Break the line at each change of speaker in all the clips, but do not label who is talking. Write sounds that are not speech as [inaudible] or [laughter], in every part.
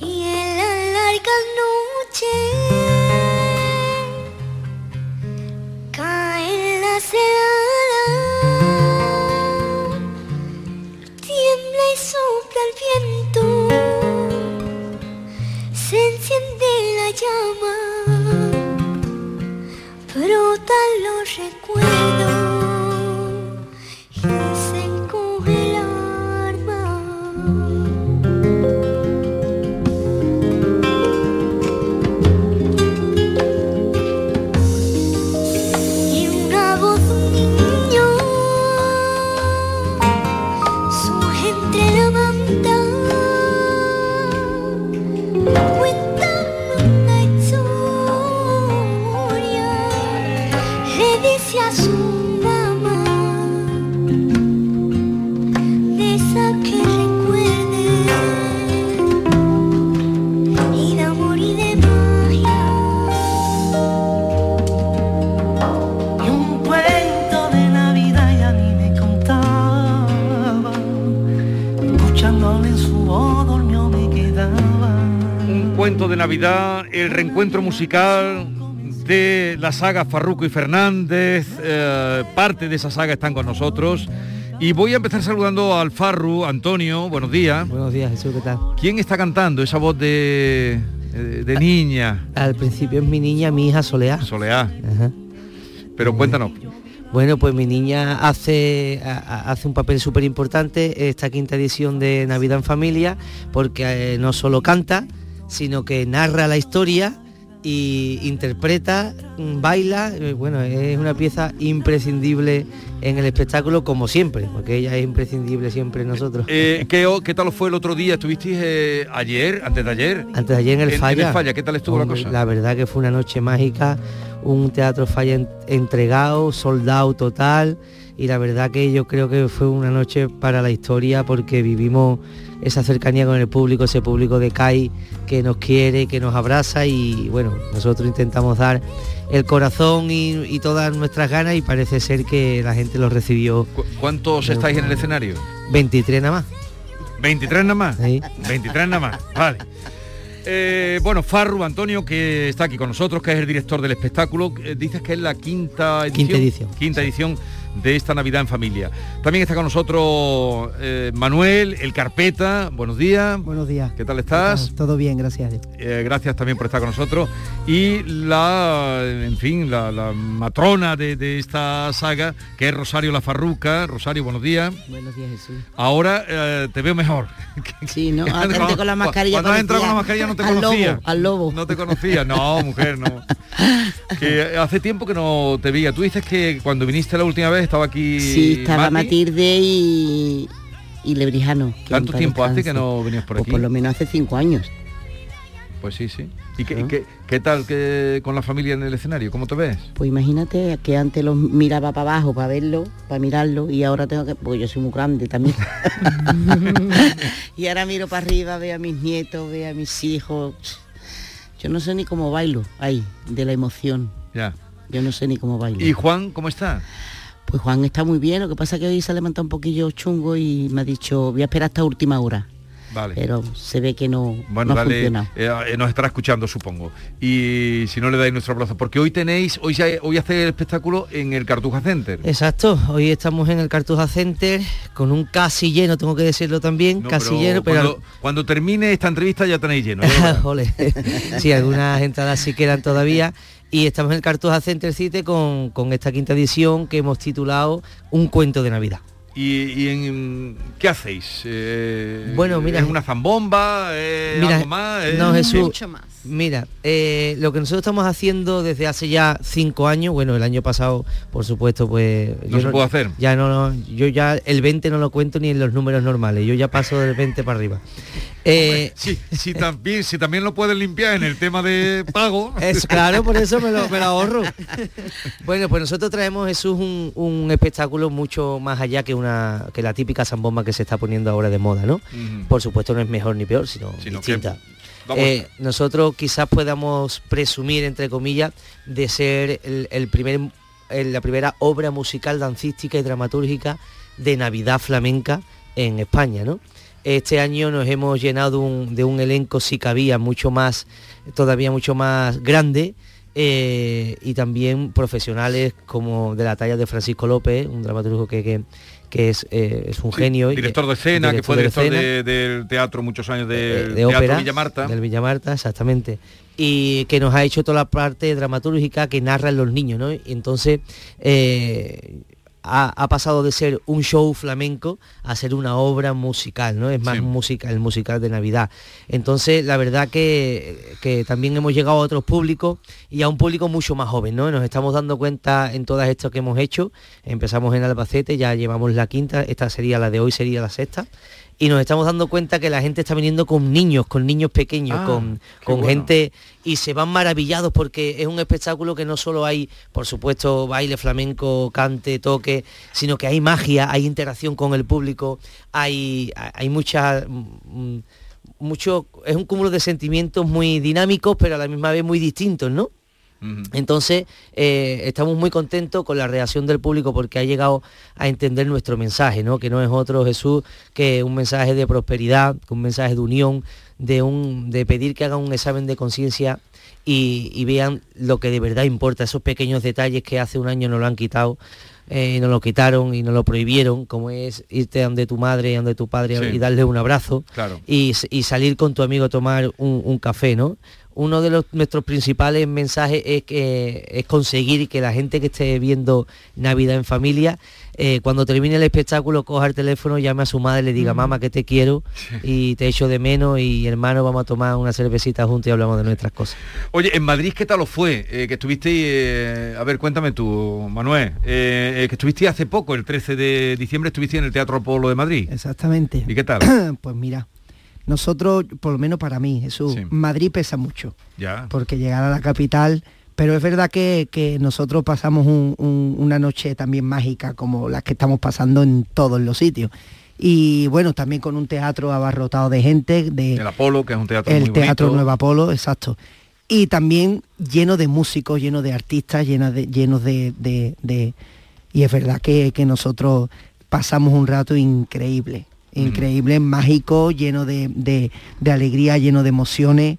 Y en la larga noche caen las heladas, tiembla y sopla el viento, se enciende la llama, brotan los recuerdos y se encoge el alma. Y una voz de un niño surge entre la manta. Cuéntame una historia, le dice a su mamá. De esa que recuerde y de amor y de magia.
Y un cuento de Navidad y a mí me contaba, escuchándole en su voz dormió me quedaba.
Un cuento de Navidad, el reencuentro musical de la saga Farruco y Fernández, eh, parte de esa saga están con nosotros. Y voy a empezar saludando al Farru, Antonio, buenos días.
Buenos días, Jesús, ¿qué tal?
¿Quién está cantando esa voz de, eh, de niña?
Al principio es mi niña, mi hija Soleá.
Soleá. Pero cuéntanos.
Bueno, pues mi niña hace, a- a- hace un papel súper importante esta quinta edición de Navidad en Familia, porque eh, no solo canta, sino que narra la historia y interpreta, mm, baila, eh, bueno, es una pieza imprescindible en el espectáculo como siempre, porque ella es imprescindible siempre en nosotros.
Eh, ¿qué, o- qué tal os fue el otro día? ¿Estuvisteis eh, ayer, antes de ayer?
Antes de ayer en el Falla.
¿Qué tal estuvo
Hombre,
la cosa?
La verdad que fue una noche mágica, un teatro Falla en- entregado, soldado total y la verdad que yo creo que fue una noche para la historia porque vivimos esa cercanía con el público, ese público de CAI que nos quiere, que nos abraza y bueno, nosotros intentamos dar el corazón y, y todas nuestras ganas y parece ser que la gente lo recibió
¿Cuántos estáis en el escenario?
23 nada más.
23 nada más. 23 nada más. Vale. Eh, bueno, Farru Antonio, que está aquí con nosotros, que es el director del espectáculo, eh, dices que es la quinta edición.
Quinta edición.
Quinta edición de esta Navidad en familia. También está con nosotros eh, Manuel, el Carpeta. Buenos días.
Buenos días.
¿Qué tal estás?
Todo bien, gracias a Dios.
Eh, gracias también por estar con nosotros. Y la, en fin, la, la matrona de, de esta saga, que es Rosario La Farruca. Rosario, buenos días.
Buenos días, Jesús.
Ahora eh, te veo mejor.
[laughs] Sí, ¿no? Antes
Cuando-
con la mascarilla.
Cuando has entrado con la
parecía
mascarilla no te
al
conocía.
Lobo, al lobo.
No te conocía. No,
[laughs]
mujer, no. Que hace tiempo que no te veía. Tú dices que cuando viniste la última vez estaba aquí.
Sí, estaba
Mati.
Matilde y, y Lebrijano. que en
¿Tanto
paz
tiempo hace
descanse.
que no venías por
O
aquí?
por lo menos hace cinco años.
Pues sí, sí. ¿Y
Ah.
qué, y qué- qué tal que con la familia en el escenario? ¿Cómo te ves?
Pues imagínate que antes los miraba para abajo para verlo, para mirarlo, y ahora tengo que. Porque yo soy muy grande
[laughs]
también. [laughs] y ahora miro para arriba, veo a mis nietos, veo a mis hijos. Yo no sé ni cómo bailo ahí, de la emoción.
Ya.
Yo no sé ni cómo bailo.
¿Y Juan cómo está?
Pues Juan está muy bien, lo que pasa es que hoy se ha levantado un poquillo chungo y me ha dicho, voy a esperar hasta última hora.
Vale.
Pero se ve que no,
Bueno,
no ha
dale,
funcionado.
eh, eh, nos estará escuchando, supongo. Y si no le dais nuestro abrazo, porque hoy tenéis, hoy, se- hoy hace el espectáculo en el Cartuja Center.
Exacto, hoy estamos en el Cartuja Center con un casi lleno, tengo que decirlo también,
No,
casi lleno, pero
cuando, cuando termine esta entrevista ya tenéis lleno. ya lo
[laughs]
verás.
Jole. sí, algunas entradas sí quedan todavía. Y estamos en el Cartuja Center City con, con esta quinta edición que hemos titulado Un cuento de Navidad.
¿Y, y en, qué hacéis? Eh,
Bueno, mira,
¿Es una zambomba? Eh,
Mira,
¿Algo más? Eh,
no, Jesús,
eh,
Mira, eh, lo que nosotros estamos haciendo desde hace ya cinco años, bueno, el año pasado, por supuesto, pues...
No se puede hacer.
Ya no, no- yo ya el 20 no lo cuento ni en los números normales, yo ya paso del 20 para arriba.
[laughs]
Eh,
Si, si también, si también lo pueden limpiar en el tema de [laughs] pago.
[laughs] Es claro, por eso me lo, me lo ahorro. Bueno, pues nosotros traemos Jesús un, un espectáculo mucho más allá que una que la típica zambomba que se está poniendo ahora de moda, ¿no?
Ujú.
Por supuesto no es mejor ni peor, sino,
Mm. Sino que-
distinta.
vamos.
Eh, nosotros quizás podamos presumir, entre comillas, de ser el, el primer, el- la primera obra musical, dancística y dramatúrgica de Navidad flamenca en España, ¿no? Este año nos hemos llenado un- de un elenco, si cabía, mucho más, todavía mucho más grande, eh, y también profesionales como de la talla de Francisco López, un dramaturgo que, que- que es, eh, es un
Sí,
genio. y-
Director de escena, que fue
eh, de
director
escena
de- del teatro muchos años
de,
del
de
Teatro
ópera,
Villa Marta.
del Villamarta, exactamente. Y que nos ha hecho toda la parte dramatúrgica que narran los niños, ¿no? Y entonces eh, ha, ha pasado de ser un show flamenco a ser una obra musical, ¿no? Es más
Sí.
música, el musical de Navidad. Entonces, la verdad que, que también hemos llegado a otros públicos y a un público mucho más joven, ¿no? Nos estamos dando cuenta en todas estas que hemos hecho. Empezamos en Albacete, ya llevamos la quinta, esta sería la de hoy, sería la sexta. Y nos estamos dando cuenta que la gente está viniendo con niños, con niños pequeños,
Ah,
con,
qué
con
bueno.
gente y se van maravillados porque es un espectáculo que no solo hay, por supuesto, baile flamenco, cante, toque, sino que hay magia, hay interacción con el público, hay, hay mucha... mm, mucho, es un cúmulo de sentimientos muy dinámicos, pero a la misma vez muy distintos, ¿no?
Ujú.
Entonces, eh, estamos muy contentos con la reacción del público porque ha llegado a entender nuestro mensaje, ¿no? Que no es otro Jesús que un mensaje de prosperidad, que un mensaje de unión, de, un, de pedir que hagan un examen de conciencia y, y vean lo que de verdad importa, esos pequeños detalles que hace un año nos lo han quitado. eh, nos lo quitaron y nos lo prohibieron, como es irte a donde tu madre, a donde tu padre
Sí.
y darle un abrazo
Claro.
y, s- y salir con tu amigo a tomar un, un café, ¿no? Uno de los, nuestros principales mensajes es, que, es conseguir que la gente que esté viendo Navidad en familia, eh, cuando termine el espectáculo, coja el teléfono, llame a su madre, le
Mm.
diga, mamá, que te quiero y te echo de menos y hermano, vamos a tomar una cervecita juntos y hablamos de nuestras cosas.
Oye, en Madrid, ¿qué tal os fue? Eh, que estuvisteis, eh, a ver, cuéntame tú, Manuel, eh, eh, que estuvisteis hace poco, el 13 de diciembre, estuvisteis en el Teatro Polo de Madrid.
Exactamente.
¿Y
[coughs]
qué tal?
[clears throat] pues mira, nosotros, por lo menos para mí, Jesús,
Sí. Ah.
Madrid pesa mucho,
Ya. pues,
porque llegar a la capital, pero es verdad que, que nosotros pasamos un- un- una noche también mágica, como las que estamos pasando en todos los sitios. Y bueno, también con un teatro abarrotado de gente, de,
El Apolo, que es un teatro muy
el Teatro
bonito.
Nuevo Apolo, exacto. Y también lleno de músicos, lleno de artistas, lleno de... Llenos de, de- de- y es verdad que, que nosotros pasamos un rato increíble,
Mm.
increíble, mágico, lleno de, de- de alegría, lleno de emociones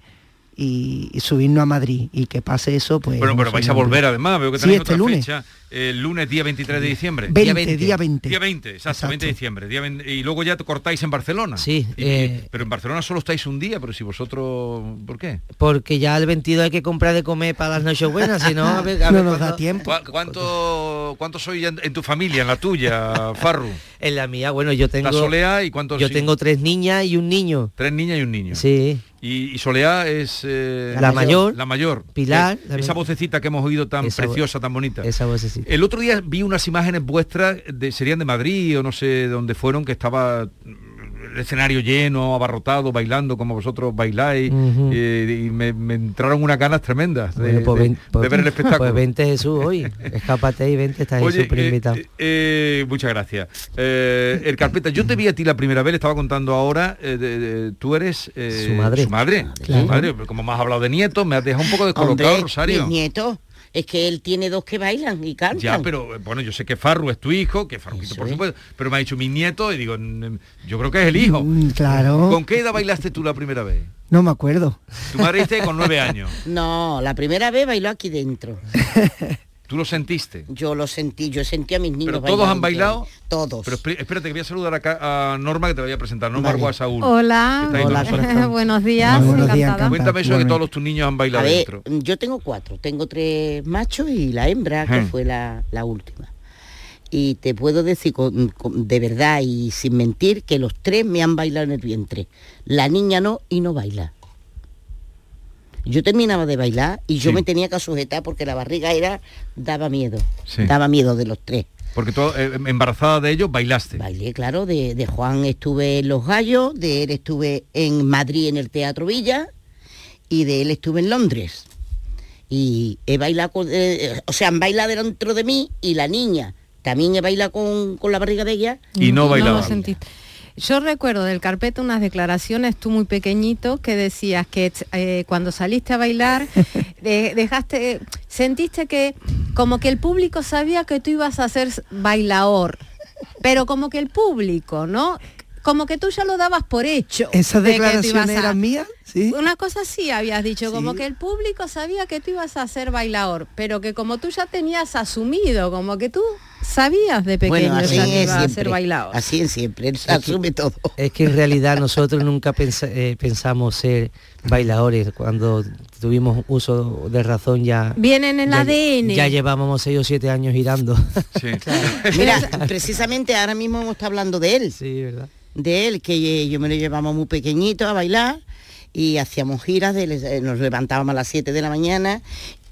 y, y subirnos a Madrid y que pase eso, pues...
Bueno, pero vais a volver además, veo que
Sí,
tenéis
este
otra
lunes.
fecha, el lunes día 23 de diciembre.
20,
Día 20.
día 20.
Día 20, exacto, 20 de
Exacto.
diciembre. día 20 y luego ya te cortáis en Barcelona.
Sí,
Y-
eh,
pero en Barcelona solo estáis un día, pero si vosotros... ¿Por qué?
Porque ya el 22 hay que comprar de comer para las noches buenas, si no, a ver- a
[laughs]
No
ver
nos da
cuándo-
tiempo.
¿Cuá- ¿Cuánto, cuánto soy ya en, en tu familia, en la tuya, Farru?
[laughs] En la mía, bueno, yo tengo,
la Soleá y cuántos...
yo
sí?
tengo tres niñas y un niño.
Tres niñas y un niño.
Sí.
Y, y Soleá es... eh,
La mayor.
La mayor.
Pilar,
Es-
la
esa
menor.
vocecita que hemos oído tan
Esa vo-
preciosa, tan bonita.
Esa vocecita.
El otro día vi unas imágenes vuestras, de, serían de Madrid o no sé de dónde fueron, que estaba mm, el escenario lleno, abarrotado, bailando como vosotros bailáis,
Ujú.
eh, y me, me entraron unas ganas tremendas
Bueno,
de,
pues
de-
ven-
de
pues-
ver el espectáculo.
Pues vente Jesús hoy. Escápate y vente, estás ahí
Oye,
súper
eh,
invitado.
eh,
[laughs]
eh, muchas gracias. Eh, el carpeta, yo te vi a ti la primera vez, le estaba contando ahora, eh, de- de- tú eres eh,
Su madre.
Su madre,
Claro.
su madre, como me has hablado de nietos, me has dejado un poco descolocado,
Hombre,
Rosario.
mis nietos, es que él tiene dos que bailan y cantan.
Ya, pero eh, bueno, yo sé que Farru es tu hijo, que Farruquito,
Eso
por
es.
supuesto, pero me ha dicho mi nieto y digo, "Mm, yo creo que es el hijo.
Mm, Claro.
¿Con qué edad bailaste tú la primera vez?
No me acuerdo.
Tu madre dice que con nueve años.
No, la primera vez bailó aquí dentro.
Tú lo sentiste.
Yo lo sentí, yo sentí a mis niños
Pero todos han
bailando.
bailado.
Todos.
Pero espé- espérate, que voy a saludar acá a Norma, que te la voy a presentar. Norma
Vale.
Guasaúl.
Hola,
Está ahí con
Hola.
nosotros.
buenos días,
Muy Ah, buenos días,
encantada.
encanta.
Cuéntame eso de que
Igualmente.
todos los- tus niños han
a
bailado
ver,
dentro.
yo tengo cuatro. Tengo tres machos y la hembra, que
Ujú.
fue la, la última. Y te puedo decir con- con- de verdad y sin mentir que los tres me han bailado en el vientre. La niña no y no baila. Yo terminaba de bailar y yo
Sí.
me tenía que sujetar porque la barriga era, daba miedo,
Sí.
daba miedo de los tres.
Porque tú, eh, embarazada de ellos, bailaste.
Bailé, claro, de, de Juan estuve en Los Gallos, de él estuve en Madrid en el Teatro Villa y de él estuve en Londres. Y he bailado con, eh, eh, o sea, han bailado dentro de mí y la niña también he bailado con, con la barriga de ella.
Y no
lo
bailaba.
sentiste. Yo recuerdo del carpeto unas declaraciones, tú muy pequeñito, que decías que eh, cuando saliste
[laughs]
a bailar, de- dejaste, sentiste que como que el público sabía que tú ibas a ser bailador, pero como que el público, ¿no? Como que tú ya lo dabas por hecho.
¿Esas
de que tú ibas
declaraciones
a-
eran mías? Sí.
Una cosa sí habías dicho, como
Sí.
que el público sabía que tú ibas a ser bailador, pero que como tú ya tenías asumido, como que tú sabías de pequeño
bueno, así
ya que
es
ibas a ser
siempre,
bailador.
Así es siempre, él asume todo.
Es que en realidad nosotros nunca pensa- eh, pensamos ser bailadores. Cuando tuvimos uso de razón ya...
Vienen en el
ya-
ADN.
Ya llevábamos 6 o 7 años
[laughs]
girando.
Sí.
Mira, precisamente ahora mismo hemos estado hablando de él.
sí, ¿verdad?
de él, que eh, yo me lo llevaba muy pequeñito a bailar y hacíamos giras, de, eh, nos levantábamos a las 7 de la mañana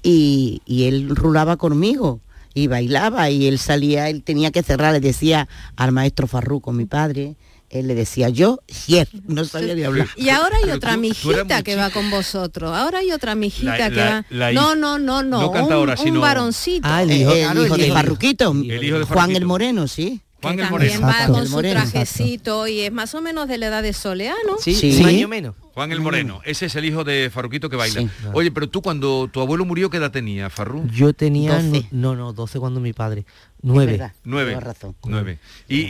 y, y él rulaba conmigo y bailaba y él salía, él tenía que cerrar, le decía al maestro Farruco, mi padre, él le decía yo, yes, no sabía de hablar.
Y ahora hay
Pero
otra
tú- tú eras
mijita
muy
que va con vosotros. Ahora hay otra mijita
La-
que
la-
va.
la
no,
hija.
no, no, no.
No canta
un,
ahora,
un
sino-
varoncito.
Ah, el
Eh,
hijo,
el
claro,
hijo de Farruquito,
El hijo
Juan
de
el
Farruquito.
Moreno, sí.
Juan
que
el
también
Moreno.
va
Exacto.
con
El
su
Moreno.
trajecito y es más o menos de la edad de ¿ah, Soleano.
Sí,
Sí.
un año menos.
Juan el Moreno. Ese es el hijo de Farruquito que baila.
Mm. Sí.
Oye, pero tú cuando tu abuelo murió, ¿qué edad tenía, Farru?
Yo tenía... nu-
12.
No, no, 12 cuando mi padre.
Es
9.
verdad,
Nueve.
lleva razón.
Nueve. Y,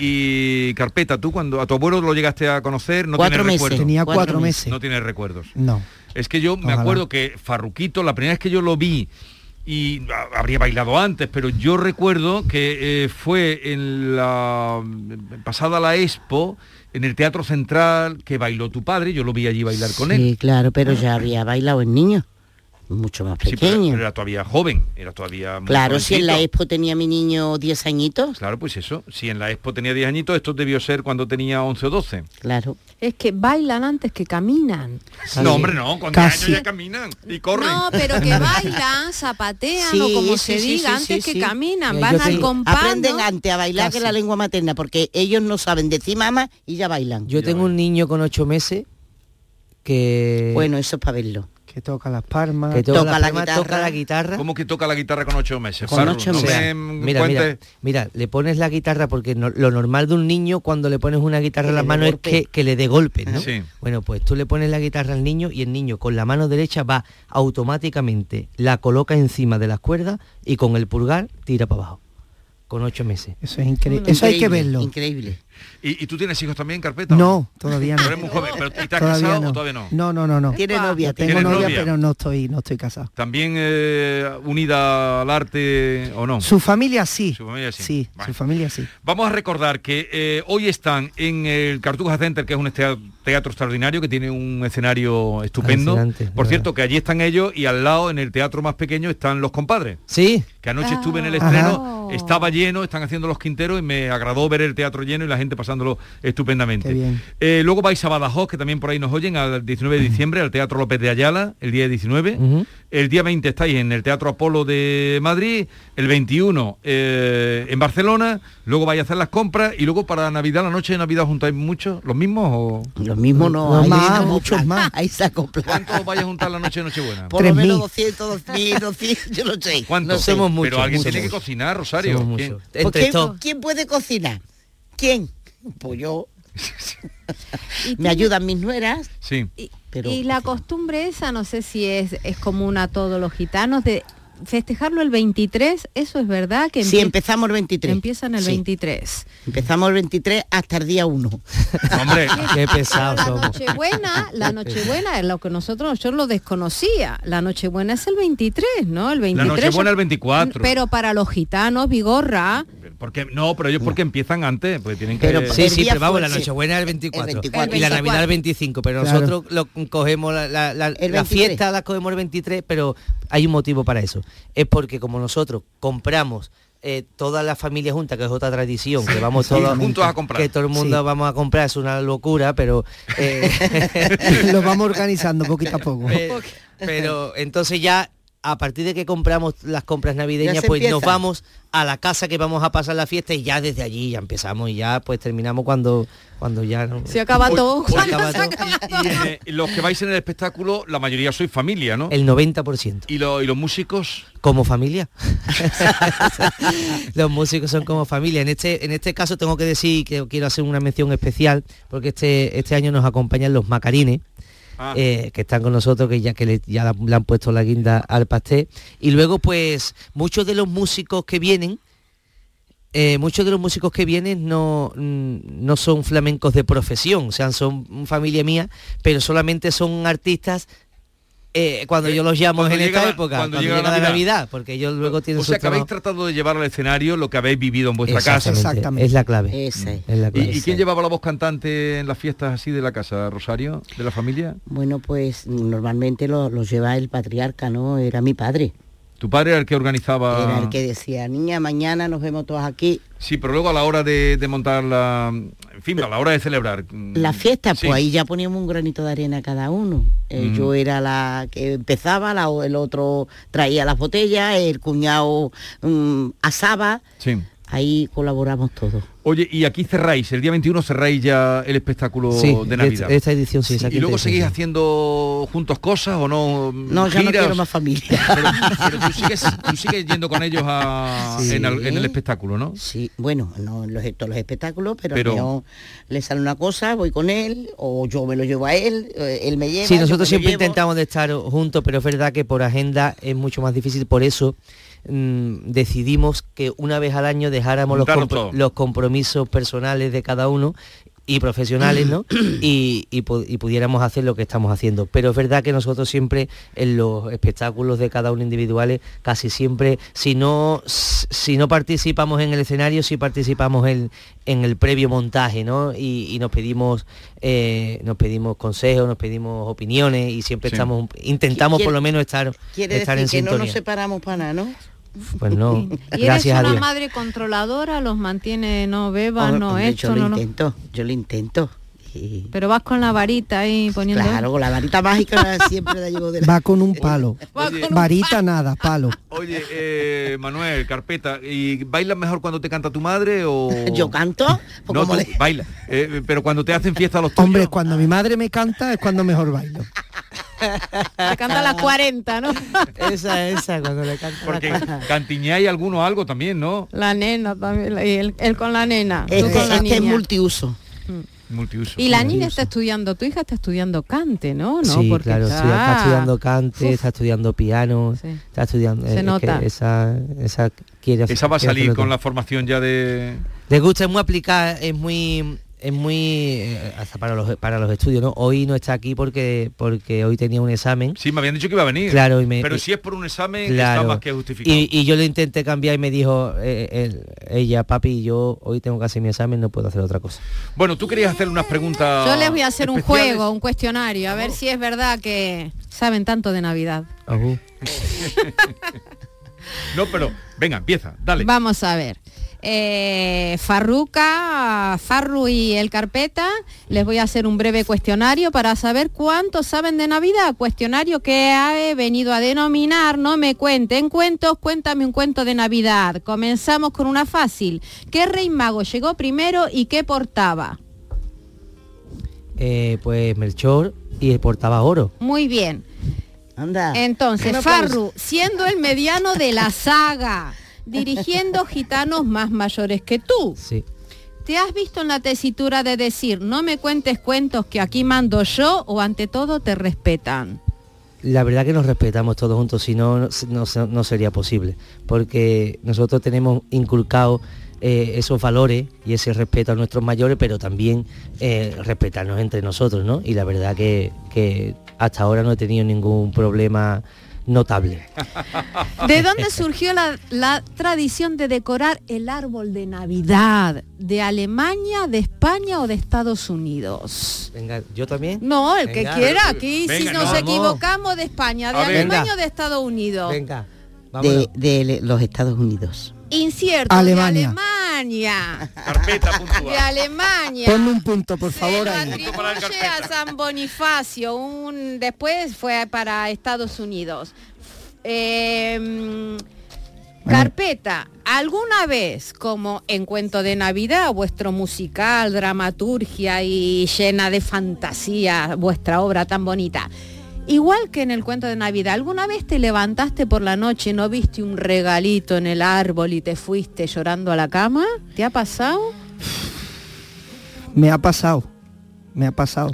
y, Carpeta, tú cuando a tu abuelo lo llegaste a conocer, no
Cuatro
tienes
meses.
recuerdos.
Tenía
Cuatro
cuatro,
meses.
meses.
No tienes recuerdos.
No.
Es que yo me
Ojalá.
acuerdo que Farruquito, la primera vez que yo lo vi, y ah, habría bailado antes, pero yo recuerdo que eh, fue en la pasada la Expo, en el Teatro Central, que bailó tu padre, yo lo vi allí bailar con él.
Sí, claro, pero ya había bailado en niño, mucho más
Sí, pero,
pequeño.
pero era todavía joven, era todavía muy
claro, si en la
jovencito.
expo tenía mi niño 10 añitos,
Claro, pues eso. Si en la Expo tenía 10 añitos, esto debió ser cuando tenía 11 o 12.
claro.
Es que bailan antes que caminan.
No, hombre, no, con 10
Casi.
años ya caminan y corren.
No, pero
[laughs]
que bailan, zapatean o
Sí,
como
sí,
se
sí,
diga,
sí,
antes
sí,
que
sí.
caminan,
Mira,
van
yo
al
tengo-
compás.
Aprenden
¿no?
antes a bailar que
Casi.
la lengua materna, porque ellos no saben decir mamá y ya bailan.
Yo tengo un niño con 8 meses que...
Bueno, eso es para verlo.
Que toca las palmas.
que toca,
toca
la,
la
palma,
guitarra.
toca la guitarra.
¿Cómo que toca la guitarra con 8 meses?
Con
Farru?
ocho
No
meses.
me em,
mira,
cuentes-
mira, mira, le pones la guitarra porque no- lo normal de un niño cuando le pones una guitarra
Que
en
le
la
dé
mano es
golpe.
que, que le dé golpes, ¿no?
Sí.
Bueno, pues tú le pones la guitarra al niño y el niño con la mano derecha va automáticamente, la coloca encima de las cuerdas y con el pulgar tira para abajo, con ocho meses.
Eso es increíble. Eso hay que
Increíble,
verlo.
Increíble.
¿Y, y tú tienes hijos también, Carpeta?
No, todavía no.
Pero eres muy joven, pero ¿y te has
Todavía
casado
no.
o todavía no?
No, no, no, no.
Tiene novia,
Tengo
¿Tienes
novia,
novia?
pero no estoy, no estoy casado.
¿También eh, unida al arte o no?
Su familia sí.
Su familia sí.
Sí,
Vale.
su familia sí.
Vamos a recordar que eh, hoy están en el Cartuja Center, que es un estea- teatro extraordinario, que tiene un escenario estupendo.
Alucinante, de
Por cierto,
verdad.
que allí están ellos y al lado, en el teatro más pequeño, están los compadres.
Sí,
Que anoche
Ah.
estuve en el
Ajá.
estreno, estaba lleno, están haciendo los quinteros y me agradó ver el teatro lleno y la gente pasándolo estupendamente.
Qué bien.
Eh, luego vais a Badajoz, que también por ahí nos oyen, al 19 de diciembre, al Teatro López de Ayala, el día 19.
Ujú.
El día 20 estáis en el Teatro Apolo de Madrid, el 21 eh, en Barcelona, luego vais a hacer las compras y luego para Navidad, la noche de Navidad juntáis muchos, los mismos o...
Lo mismo no,
No,
ahí
más,
se acopla,
muchos más.
[laughs] Ahí se acopla.
¿Cuántos vais a juntar la noche de Nochebuena?
Por lo
3.000.
menos 200, 2.000, 200, yo no sé.
¿Cuántos?
No sé.
somos muchos,
Pero alguien
muchos.
tiene que cocinar, Rosario.
somos
¿Quién?
muchos.
Pues,
Entre
¿quién,
todos.
quién puede cocinar? ¿Quién? Pues
[laughs]
yo.
Y
Me
tiene-
ayudan mis nueras.
Sí.
Y,
Pero-
y la costumbre esa, no sé si es, es común a todos los gitanos, de festejarlo el 23, eso es verdad que
Si
empie-
empezamos el 23.
empiezan el
Sí,
23.
Empezamos el 23 hasta el día
[laughs]
1.
Hombre,
qué pesados
La
[laughs]
somos.
Nochebuena, la Nochebuena es lo que nosotros, yo lo desconocía. La Nochebuena es el 23, ¿no? El 23.
Nochebuena el 24.
Pero para los gitanos, Vigorra,
porque, no, pero ellos porque empiezan antes, porque tienen
Pero-
que...
Eh, Sí, sí,
día
pero vamos, la
fue- sí.
Nochebuena es el
El
24,
24.
y la
El
Navidad el 25, pero
Claro.
nosotros lo cogemos la, la- la-
El
la
23.
fiesta la cogemos el 23, pero hay un motivo para eso. Es porque como nosotros compramos eh, toda la familia junta, que es otra tradición, que vamos
sí,
todos
juntos a comprar.
Que todo el mundo
Sí.
vamos a comprar, es una locura, pero... eh,
[laughs] Lo vamos organizando poquito a poco.
Pero, pero entonces ya a partir de que compramos las compras
Ya
navideñas,
se
pues nos
empieza.
vamos a la casa que vamos a pasar la fiesta y ya desde allí ya empezamos y ya pues terminamos cuando cuando ya no-
Se acaba
Hoy-
todo.
hoy
cuando
acaba
se
todo.
acaba
Y,
todo.
eh, los que vais en el espectáculo, la mayoría sois familia, ¿no?
El 90%.
¿Y, lo- y los músicos?
Como familia. [laughs] Los músicos son como familia. En este, en este caso tengo que decir que quiero hacer una mención especial porque este, este año nos acompañan los macarines.
Ah.
eh, que están con nosotros, que ya que le, ya la- le han puesto la guinda al pastel. Y luego, pues, muchos de los músicos que vienen, eh, muchos de los músicos que vienen no, mm, no son flamencos de profesión, o sea, son familia mía, pero solamente son artistas eh, cuando yo los llamo
cuando
en
llega
esta
la-
época,
cuando
cuando,
llega
llega,
la
la
Navidad. Pues,
Navidad, porque ellos luego tienen
O sea,
su
que habéis
trabajo.
tratado de llevar al escenario lo que habéis vivido en vuestra casa.
Es la clave.
Esa es.
Es la
¿Y,
clave.
y quién llevaba la voz cantante en las fiestas así de la casa, Rosario, de la familia?
Bueno, pues normalmente lo- los lleva el patriarca, ¿no? Era mi padre.
¿Tu padre era el que organizaba...?
Ah.
Era el que decía, niña, mañana nos vemos todos aquí.
Sí, pero luego a la hora de, de montar la... En fin, a la hora de celebrar. mm,
La fiesta,
sí.
pues ahí ya poníamos un granito de arena cada uno. Eh,
Mm.
Yo era la que empezaba, la o- el otro traía las botellas, el cuñado mm, asaba.
Sí.
Ahí colaboramos todos.
Oye, y aquí cerráis, el día 21 cerráis ya el espectáculo
Sí,
Oh, de
de-
Navidad.
esta edición sí, esa
¿Y
quinta
luego
edición,
seguís
sí.
haciendo juntos cosas o no? mm,
No, ya no
giras?
quiero más familia.
[laughs] Pero tú sigues, tú sigues yendo con ellos a-
Sí.
Ah, en, el, en el espectáculo, ¿no?
Sí, bueno, no en los, todos los espectáculos, pero,
Pero-
yo le sale una cosa, voy con él, o yo me lo llevo a él, eh, él me lleva.
Sí,
yo
nosotros
me lo
siempre
llevo.
intentamos de estar juntos, pero es verdad que por agenda es mucho más difícil, por eso mm, decidimos que una vez al año dejáramos los,
Juntarlo
compro-
todo.
los compromisos personales de cada uno y
Mm.
profesionales, ¿no? [clears throat] Y, y pu- y pudiéramos hacer lo que estamos haciendo. Pero es verdad que nosotros siempre en los espectáculos de cada uno individuales, casi siempre, si no, si no participamos en el escenario, si participamos en, en el previo montaje, ¿no? Y, y nos pedimos, eh, nos pedimos consejos, nos pedimos opiniones y siempre
Sí.
estamos, intentamos
Quiere-
por lo menos estar,
Quiere
estar en
decir que
sintonía.
no nos separamos para nada, ¿no?
Pues
[laughs]
no,
Y eres
gracias a
una
Dios.
madre controladora, los mantiene, no bebas,
Hombre,
no
hombre,
esto,
yo Oh, lo
no, no.
intento, yo lo intento. Y-
Pero vas con la varita ahí poniendo.
claro, con la varita mágica [laughs] siempre la llevo de la...
Va con
[laughs]
un palo.
Va con un
Varita nada, palo.
Oye, eh, Manuel, carpeta, ¿y bailas mejor cuando te canta tu madre o...?
[laughs] Yo canto, pues
No,
como
tú
le-
baila. Eh, pero cuando te hacen
[laughs]
fiesta los tuyos...
Hombre, cuando mi madre me canta es cuando mejor bailo.
Te canta a las
[laughs]
40, ¿no?
Esa, esa, cuando le canta.
Porque cantiñáis alguno algo también, ¿no?
La nena también, la- y él, él con la nena. tú
Este,
con la
este es
niña.
multiuso.
Multiuso.
Y la niña está estudiando, tu hija está estudiando cante, ¿no? no
sí, claro,
está,
sí, está estudiando cante,
Uf.
está estudiando piano,
Sí.
está estudiando...
Se
es
nota.
que esa, esa quiere hacer-
Esa va a
quiere
salir
hacerlo
con
todo.
la formación ya de...
Les gusta, es muy aplicada, es muy es muy eh, hasta para los para los estudios, ¿no? Hoy no está aquí porque porque hoy tenía un examen.
Sí, me habían dicho que iba a venir.
Claro, y me-
Pero
y-
si es por un examen, está
Claro.
más que justificado.
Y, y yo lo intenté cambiar y me dijo eh, él- ella, papi, yo hoy tengo que hacer mi examen, no puedo hacer otra cosa.
Bueno, tú querías hacerle unas preguntas
Yo les voy a hacer un
especiales.
juego, un cuestionario, a ver si es verdad que saben tanto de Navidad.
[laughs] No, pero venga, empieza, dale.
Vamos a ver. Eh, Farruca, Farru y el Carpeta, les voy a hacer un breve cuestionario para saber cuánto saben de Navidad. Cuestionario que he venido a denominar, no me cuenten cuentos, cuéntame un cuento de Navidad. Comenzamos con una fácil. ¿Qué rey mago llegó primero y qué portaba?
Eh, pues Melchor y portaba oro.
Muy bien.
Anda.
Entonces,
Una pausa.
Farru, siendo el mediano de la saga, dirigiendo gitanos más mayores que tú,
Sí.
¿te has visto en la tesitura de decir, no me cuentes cuentos que aquí mando yo o ante todo te respetan?
La verdad que nos respetamos todos juntos, si no, no, no- no sería posible, porque nosotros tenemos inculcado eh, esos valores y ese respeto a nuestros mayores, pero también eh, respetarnos entre nosotros, ¿no? Y la verdad que, que hasta ahora no he tenido ningún problema notable. Ah.
¿De
[laughs]
dónde surgió la, la tradición de decorar el árbol de Navidad? ¿De Alemania, de España o de Estados Unidos?
Venga, yo también.
No, el
Venga.
que quiera, aquí
Venga,
si nos
vamos.
equivocamos de España, de
A ver.
Alemania
Venga.
o de Estados Unidos.
Venga.
de, de los Estados Unidos.
incierto
Alemania.
de Alemania.
[laughs]
Carpeta puntual.
De Alemania.
Pues
Ponme un punto, por
Se
favor.
lo
Ahí.
Punto para el
atribuye
carpeta.
a San Bonifacio, un después fue para Estados Unidos. Eh, mm, carpeta, alguna vez, como en cuento de Navidad, vuestro musical, dramaturgia y llena de fantasía, vuestra obra tan bonita. Igual que en el cuento de Navidad, ¿alguna vez te levantaste por la noche y no viste un regalito en el árbol y te fuiste llorando a la cama? ¿Te ha pasado?
Me ha pasado. Me ha pasado.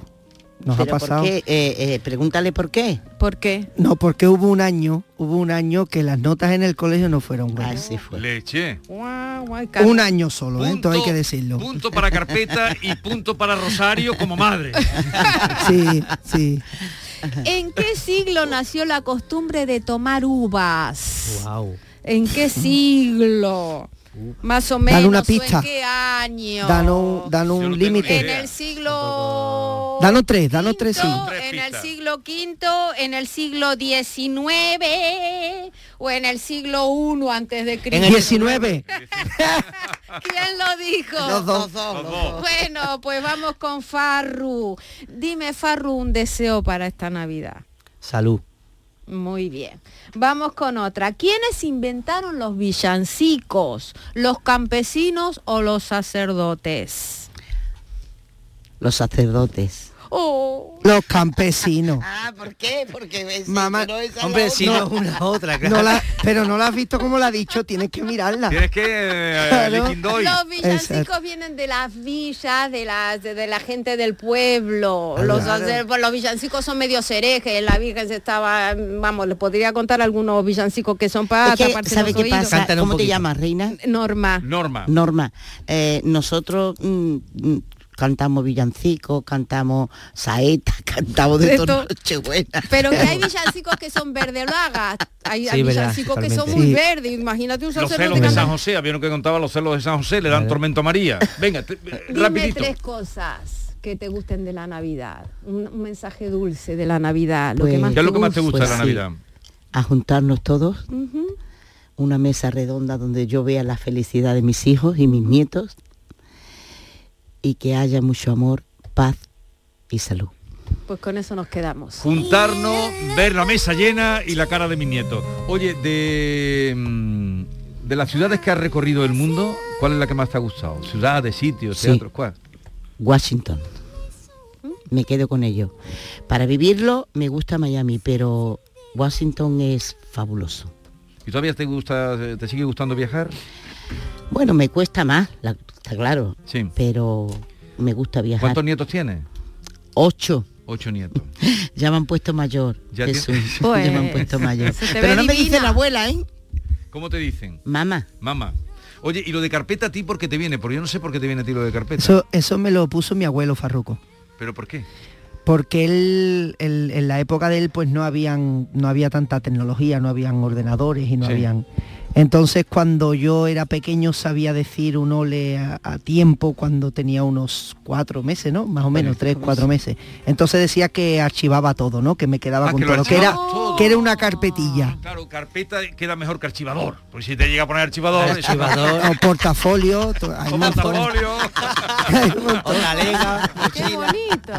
Nos
Pero
ha pasado.
¿por qué? Eh, eh, pregúntale por qué.
¿Por qué?
No, porque hubo un año, hubo un año que las notas en el colegio no fueron
Ah,
buenas.
sí fue.
Leche.
Guau, guau, Carmen.
Un año solo, ¿eh? Entonces hay que decirlo.
Punto para carpeta y punto para Rosario como
[laughs]
madre.
Sí, sí.
¿En qué siglo nació la costumbre de tomar uvas?
Guau.
¿En qué siglo? Más o menos.
Dale una
¿o
pista.
¿En qué año?
Danos un, danos
Yo
un
no tengo ni
límite.
En
idea.
el siglo.
Danos tres, danos tres, sí.
quinto,
Tres
En el
pistas.
siglo V, en el siglo XIX o en el siglo I antes de
En
Cristo.
el 19.
[laughs] ¿Quién lo dijo?
Los dos.
Los dos.
Bueno, pues vamos con Farru. Dime, Farru, un deseo para esta Navidad.
Salud.
Muy bien. Vamos con otra. ¿Quiénes inventaron los villancicos? ¿Los campesinos o los sacerdotes?
Los sacerdotes.
Oh,
Los campesinos.
Ah, ¿por qué? Porque ves,
Mamá,
pero esa es la
Hombre,
otra.
si no es una otra, claro.
No la- pero no la has visto como la ha dicho, tienes que mirarla.
Tienes que... eh,
Claro.
Liquindoy.
los villancicos
Exacto.
vienen de las villas, de, las, de, de la gente del pueblo.
Ah,
Claro.
Los, sacer- pues los villancicos son medio herejes. La Virgen se estaba, vamos, les podría contar algunos villancicos que son para
Es que,
taparse
¿Sabes
los
qué
oídos.
pasa?
Cántale un
¿Cómo te
poquito.
llamas, reina?
Norma.
Norma.
Norma, eh, nosotros mm, mm, cantamos villancicos, cantamos saetas, [laughs] cantamos de
De
todo
todo.
Nochebuena.
Pero que hay villancicos que son verdes lagas, hay, hay
Sí, verdad,
villancicos que son
totalmente.
muy
Sí.
verdes, imagínate un
Los
sacerdote
celos de
cantando.
San José, vieron que contaba los celos de San José, le dan tormento a María. Venga, te- eh,
Dime
rapidito.
tres cosas que te gusten de la Navidad, un, un mensaje dulce de la Navidad, lo que
Pues-
más
¿Qué es lo que más te
guste.
gusta
Pues
de la
sí.
Navidad?
A juntarnos todos,
Ujú.
una mesa redonda donde yo vea la felicidad de mis hijos y mis nietos y que haya mucho amor, paz y salud.
Pues con eso nos quedamos.
Juntarnos, ver la mesa llena y la cara de mis nietos. Oye, de, mm, de las ciudades que has recorrido el mundo, ¿cuál es la que más te ha gustado? Ciudades, sitios,
Sí.
teatros, ¿cuál?
Washington. Me quedo con ello. Para vivirlo me gusta Miami, pero Washington es fabuloso.
¿Y todavía te gusta, te sigue gustando viajar?
Bueno, me cuesta más, la- está claro,
Sí.
pero me gusta viajar.
¿Cuántos nietos tienes?
Ocho.
Ocho nietos.
[laughs] Ya me han puesto mayor.
Ya
Jesús.
tienes-
ya me han
Pues,
puesto mayor.
se te
Pero
ve
no me dice
divina.
la abuela, ¿eh?
¿Cómo te dicen?
Mamá.
Mamá. Oye, ¿y lo de carpeta a ti por qué te viene? Porque yo no sé por qué te viene a ti lo de carpeta.
Eso, eso me lo puso mi abuelo Farruco.
¿Pero por qué?
Porque él, él- en la época de él, pues no habían, no había tanta tecnología, no habían ordenadores y no
Sí.
habían. Entonces cuando yo era pequeño sabía decir un ole a, a tiempo cuando tenía unos cuatro meses, ¿no? Más o menos, tres, cuatro meses. Entonces decía que archivaba todo, ¿no? Que me quedaba
Ah,
con
que lo
todo. Que era,
archivabas todo.
que era una carpetilla.
Claro, carpeta queda mejor que archivador. Porque si te llega a poner archivador, eso- [laughs]
[laughs] O portafolio. to- hay
o
un montón.
portafolio.
Hay un montón.
Qué bonito.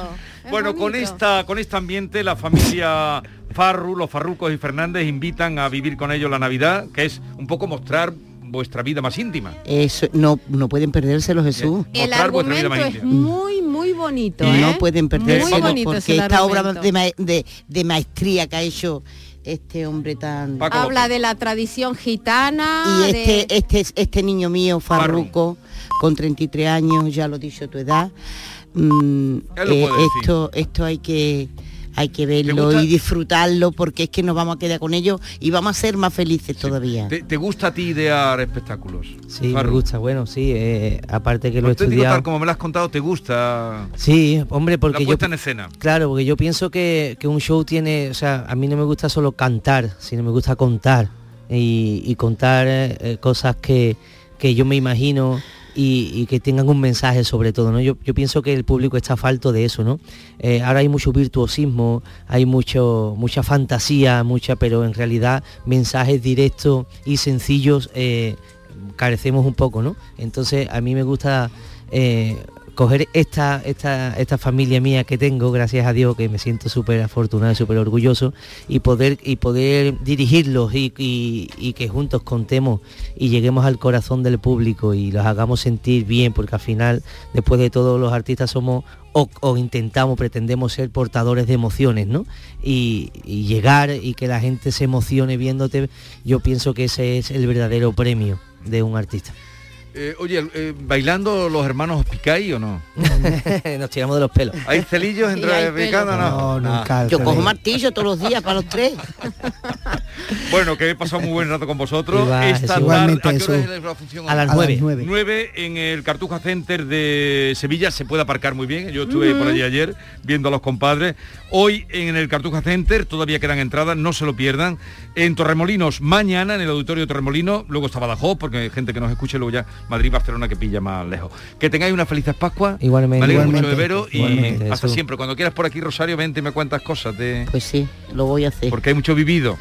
es
Bueno, con
bonito.
esta, con este ambiente, la familia Farru, los Farrucos y Fernández invitan a vivir con ellos la Navidad, que es un poco mostrar vuestra vida más íntima.
Eso, no, no pueden perdérselo, Jesús.
El
mostrar vuestra vida
argumento
más
es
íntima.
muy, muy bonito. ¿eh?
No pueden
Muy
perdérselo
bonito es
porque
el
esta obra
argumento.
de, ma- de- de maestría que ha hecho este hombre tan...
Paco
Habla
López.
de la tradición gitana.
Y
de-
este, este, este niño mío, Farruco, con 33 años, ya lo he dicho tu edad, mm,
Él lo puede
esto, esto hay que hay que verlo
gusta?
y disfrutarlo porque es que nos vamos a quedar con ellos y vamos a ser más felices todavía.
¿Te, te gusta a ti idear espectáculos?
Sí, me
Farru?
gusta. Bueno, sí, eh, aparte que lo he
Auténtico tal
estudiado.
como me lo has contado, ¿te gusta
Sí, hombre,
la
porque yo...
puesta en escena?
Claro, porque yo pienso que, que un show tiene, o sea, a mí no me gusta solo cantar, sino me gusta contar y, y contar eh, eh, cosas que, que yo me imagino y, y que tengan un mensaje sobre todo, ¿no? Yo, yo pienso que el público está falto de eso, ¿no? Eh, ahora hay mucho virtuosismo, hay mucho, mucha fantasía, mucha, pero en realidad mensajes directos y sencillos eh, carecemos un poco, ¿no? Entonces a mí me gusta eh, coger esta, esta, esta familia mía que tengo, gracias a Dios, que me siento súper afortunado y súper orgulloso, y poder, y poder dirigirlos y, y- y que juntos contemos y lleguemos al corazón del público y los hagamos sentir bien, porque al final, después de todo, los artistas somos o, o intentamos, pretendemos ser portadores de emociones, ¿no? Y, y llegar y que la gente se emocione viéndote, yo pienso que ese es el verdadero premio de un artista.
Eh, oye, eh, ¿bailando los hermanos os picáis o no?
[laughs] Nos tiramos de los pelos.
¿Hay
[laughs]
celillos entre
Sí, hay
picando o no? Ah.
Yo cojo martillo todos los días para los
[laughs]
tres.
Bueno, que he pasado muy buen rato con vosotros.
Igual,
Esta tarde,
igualmente,
¿a qué hora
Jesús.
es la función?
A las
A las
nueve.
nueve.
9 en el Cartuja Center de Sevilla se puede aparcar muy bien. Yo estuve por allí ayer viendo a los compadres. Hoy en el Cartuja Center todavía quedan entradas, no se lo pierdan. En Torremolinos, mañana en el auditorio de Torremolinos, luego está Badajoz, porque hay gente que nos escuche, luego ya Madrid, Barcelona que pilla más lejos. Que tengáis una feliz Pascua.
Igualmente.
Me alegro mucho
Igualmente.
de veros y
Igualmente,
hasta
Jesús.
siempre. Cuando quieras por aquí, Rosario, vente y me cuentas cosas de.
Pues sí, lo voy a hacer.
Porque hay mucho vivido.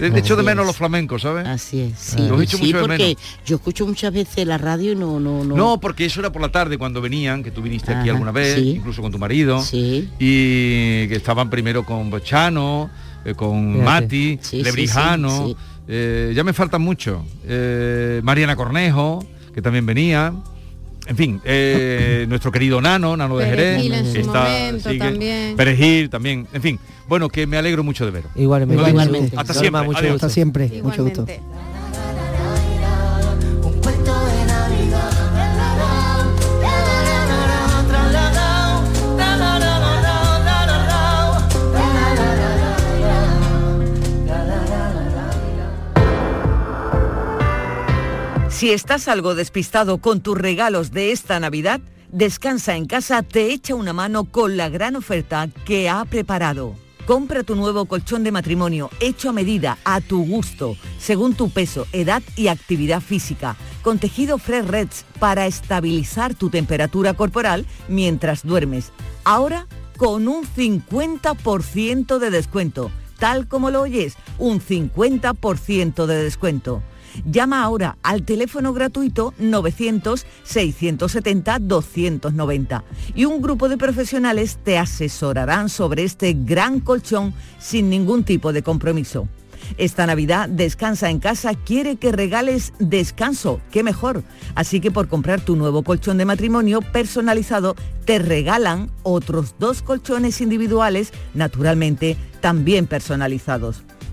De, de hecho de
Así
menos
es.
los flamencos, ¿sabes?
Así es, sí, Pues
Lo he hecho
sí,
mucho de
porque
menos.
yo escucho muchas veces la radio y no, no, no.
No, porque eso era por la tarde cuando venían, que tú viniste aquí
Ajá,
alguna vez,
sí.
incluso con tu marido,
Sí.
y que estaban primero con Bochano, eh, con
Fíjate.
Mati,
Sí, sí, sí,
Lebrijano,
sí.
eh, ya me faltan mucho, eh, Mariana Cornejo, que también venía. En fin,
[laughs]
eh, nuestro querido Nano, Nano de Jerez,
Perejil en su
que
momento también.
Perejil también, en fin, bueno, que me alegro mucho de veros.
Igualmente.
Igualmente.
Jesús.
Hasta
Norma,
siempre.
mucho
Adiós.
gusto.
Hasta siempre. Mucho gusto.
Igualmente.
un cuento de Navidad. Tararao, tarararao, tralalao, tarararao, tararao, tarararao, tarararao.
Si estás algo despistado con tus regalos de esta Navidad, Descansa en casa te echa una mano con la gran oferta que ha preparado. Compra tu nuevo colchón de matrimonio hecho a medida, a tu gusto, según tu peso, edad y actividad física, con tejido Fresh Reds para estabilizar tu temperatura corporal mientras duermes. Ahora con un 50% de descuento, tal como lo oyes, un 50% de descuento. Llama ahora al teléfono gratuito 900-670-290 y un grupo de profesionales te asesorarán sobre este gran colchón sin ningún tipo de compromiso. Esta Navidad Descansa en casa quiere que regales descanso, qué mejor. Así que por comprar tu nuevo colchón de matrimonio personalizado te regalan otros dos colchones individuales, naturalmente también personalizados.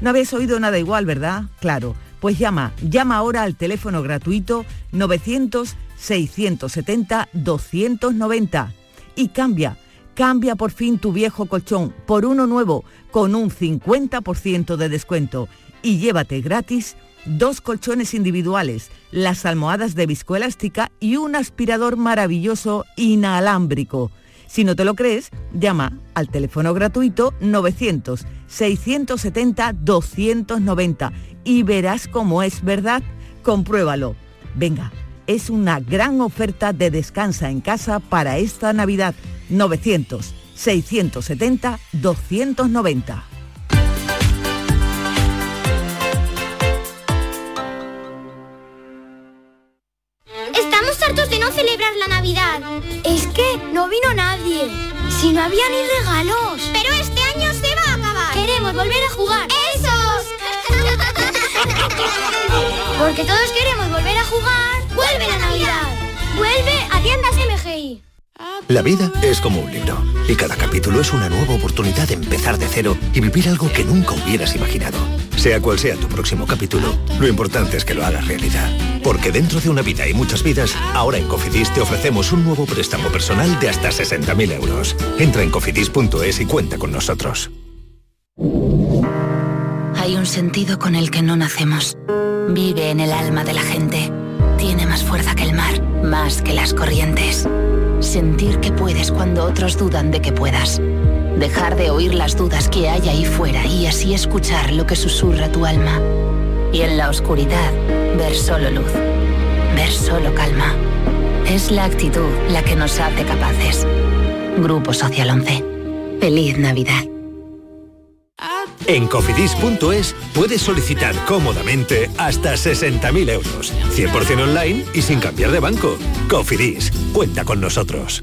No habéis oído nada igual, ¿verdad? Claro. Pues llama, llama ahora al teléfono gratuito 900-670-290 y cambia, cambia por fin tu viejo colchón por uno nuevo con un 50% de descuento y llévate gratis dos colchones individuales, las almohadas de viscoelástica y un aspirador maravilloso inalámbrico. Si no te lo crees, llama al teléfono gratuito 900-670-290 y verás cómo es verdad. Compruébalo. Venga, es una gran oferta de descansa en casa para esta Navidad. 900-670-290.
Estamos hartos de no celebrar la Navidad. Es que no vino nadie. Si no había ni regalos. Pero este año se va a acabar. Queremos volver a jugar. ¡Esos! [laughs] Porque todos queremos volver a jugar. ¡Vuelve la Navidad! ¡Vuelve a tiendas MGI!
La vida es como un libro y cada capítulo es una nueva oportunidad de empezar de cero y vivir algo que nunca hubieras imaginado. Sea cual sea tu próximo capítulo, lo importante es que lo hagas realidad. Porque dentro de una vida y muchas vidas, ahora en Cofidis te ofrecemos un nuevo préstamo personal de hasta 60.000 euros. Entra en cofidis.es y cuenta con nosotros.
Hay un sentido con el que no nacemos. Vive en el alma de la gente. Tiene tiene más fuerza que el mar, más que las corrientes. Sentir que puedes cuando otros dudan de que puedas. Dejar de oír las dudas que hay ahí fuera y así escuchar lo que susurra tu alma. Y en la oscuridad, ver solo luz, ver solo calma. Es la actitud la que nos hace capaces. Grupo Social 11. Feliz Navidad.
En cofidis.es puedes solicitar cómodamente hasta 60.000 euros, 100% online y sin cambiar de banco. Cofidis, cuenta con nosotros.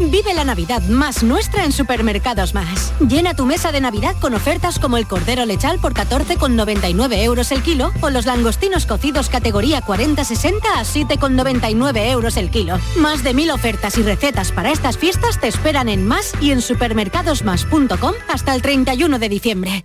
Vive la Navidad más nuestra en Supermercados Más. Llena tu mesa de Navidad con ofertas como el cordero lechal por 14,99 euros el kilo o los langostinos cocidos categoría 40-60 a 7,99 euros el kilo. Más de mil ofertas y recetas para estas fiestas te esperan en Más y en supermercadosmas.com hasta el 31 de diciembre.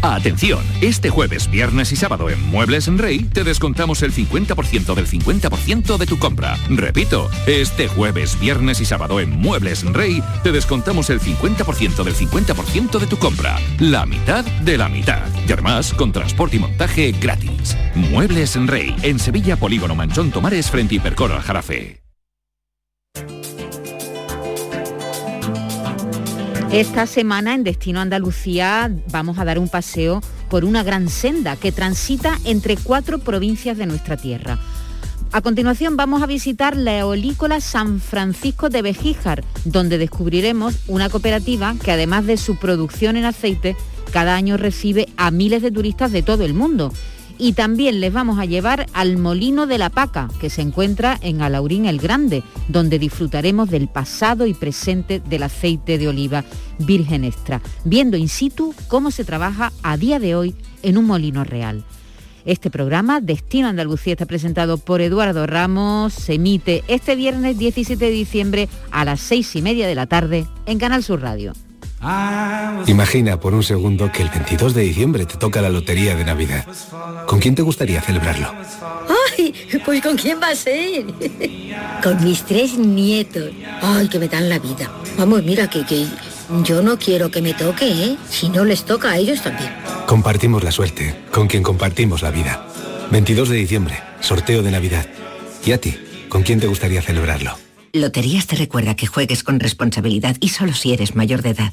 Atención, este jueves, viernes y sábado en Muebles en Rey te descontamos el 50% del 50% de tu compra. Repito, este jueves, viernes y sábado en Muebles en Rey te descontamos el 50% del 50% de tu compra. La mitad de la mitad. Y además con transporte y montaje gratis. Muebles en Rey, en Sevilla Polígono Manchón Tomares frente Hipercor al Jarafe.
Esta semana en Destino Andalucía vamos a dar un paseo por una gran senda que transita entre cuatro provincias de nuestra tierra. A continuación vamos a visitar la eolícola San Francisco de Bejíjar, donde descubriremos una cooperativa que además de su producción en aceite, cada año recibe a miles de turistas de todo el mundo. Y también les vamos a llevar al Molino de la Paca, que se encuentra en Alaurín el Grande, donde disfrutaremos del pasado y presente del aceite de oliva virgen extra, viendo in situ cómo se trabaja a día de hoy en un molino real. Este programa, Destino Andalucía, está presentado por Eduardo Ramos, se emite este viernes 17 de diciembre a las seis y media de la tarde en Canal Sur Radio.
Imagina por un segundo que el 22 de diciembre te toca la lotería de Navidad. ¿Con quién te gustaría celebrarlo?
¡Ay! Pues ¿con quién va a ser? [laughs] Con mis tres nietos. ¡Ay, que me dan la vida! Vamos, mira, que, que yo no quiero que me toque, ¿eh? Si no les toca a ellos también.
Compartimos la suerte con quien compartimos la vida. 22 de diciembre, sorteo de Navidad. ¿Y a ti? ¿Con quién te gustaría celebrarlo?
Loterías te recuerda que juegues con responsabilidad y solo si eres mayor de edad.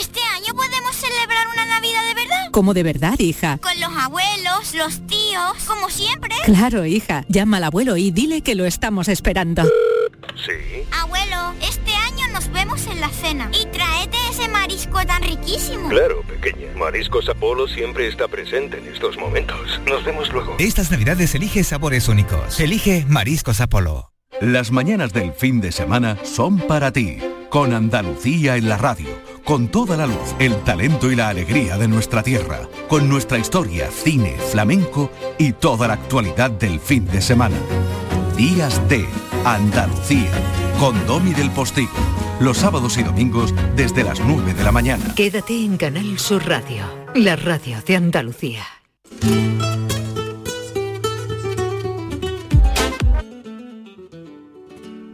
¿Este año podemos celebrar una Navidad de verdad?
¿Cómo de verdad,
Ah.
hija?
Con los abuelos, los tíos, como siempre.
Claro, hija. Llama al abuelo y dile que lo estamos esperando.
Sí.
Abuelo, este año nos vemos en la cena. Y tráete ese marisco tan riquísimo.
Claro, pequeña. Mariscos Apolo siempre está presente en estos momentos. Nos vemos luego.
Estas navidades elige sabores únicos. Elige Mariscos Apolo.
Las mañanas del fin de semana son para ti, con Andalucía en la radio, con toda la luz, el talento y la alegría de nuestra tierra, con nuestra historia, cine, flamenco y toda la actualidad del fin de semana. Días de Andalucía, con Domi del Postigo, los sábados y domingos desde las 9 de la mañana.
Quédate en Canal Sur Radio, la radio de Andalucía.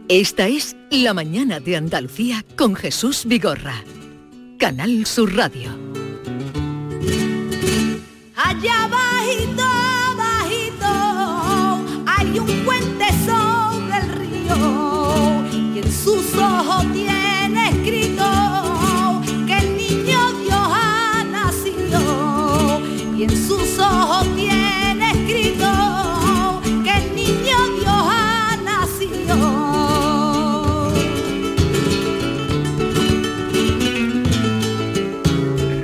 Esta es La Mañana de Andalucía con Jesús Vigorra. Canal Sur Radio.
Allá bajito, bajito,
un puente sobre el río y en sus ojos tiene escrito que el niño Dios ha nacido y en sus ojos tiene escrito que el niño Dios ha nacido.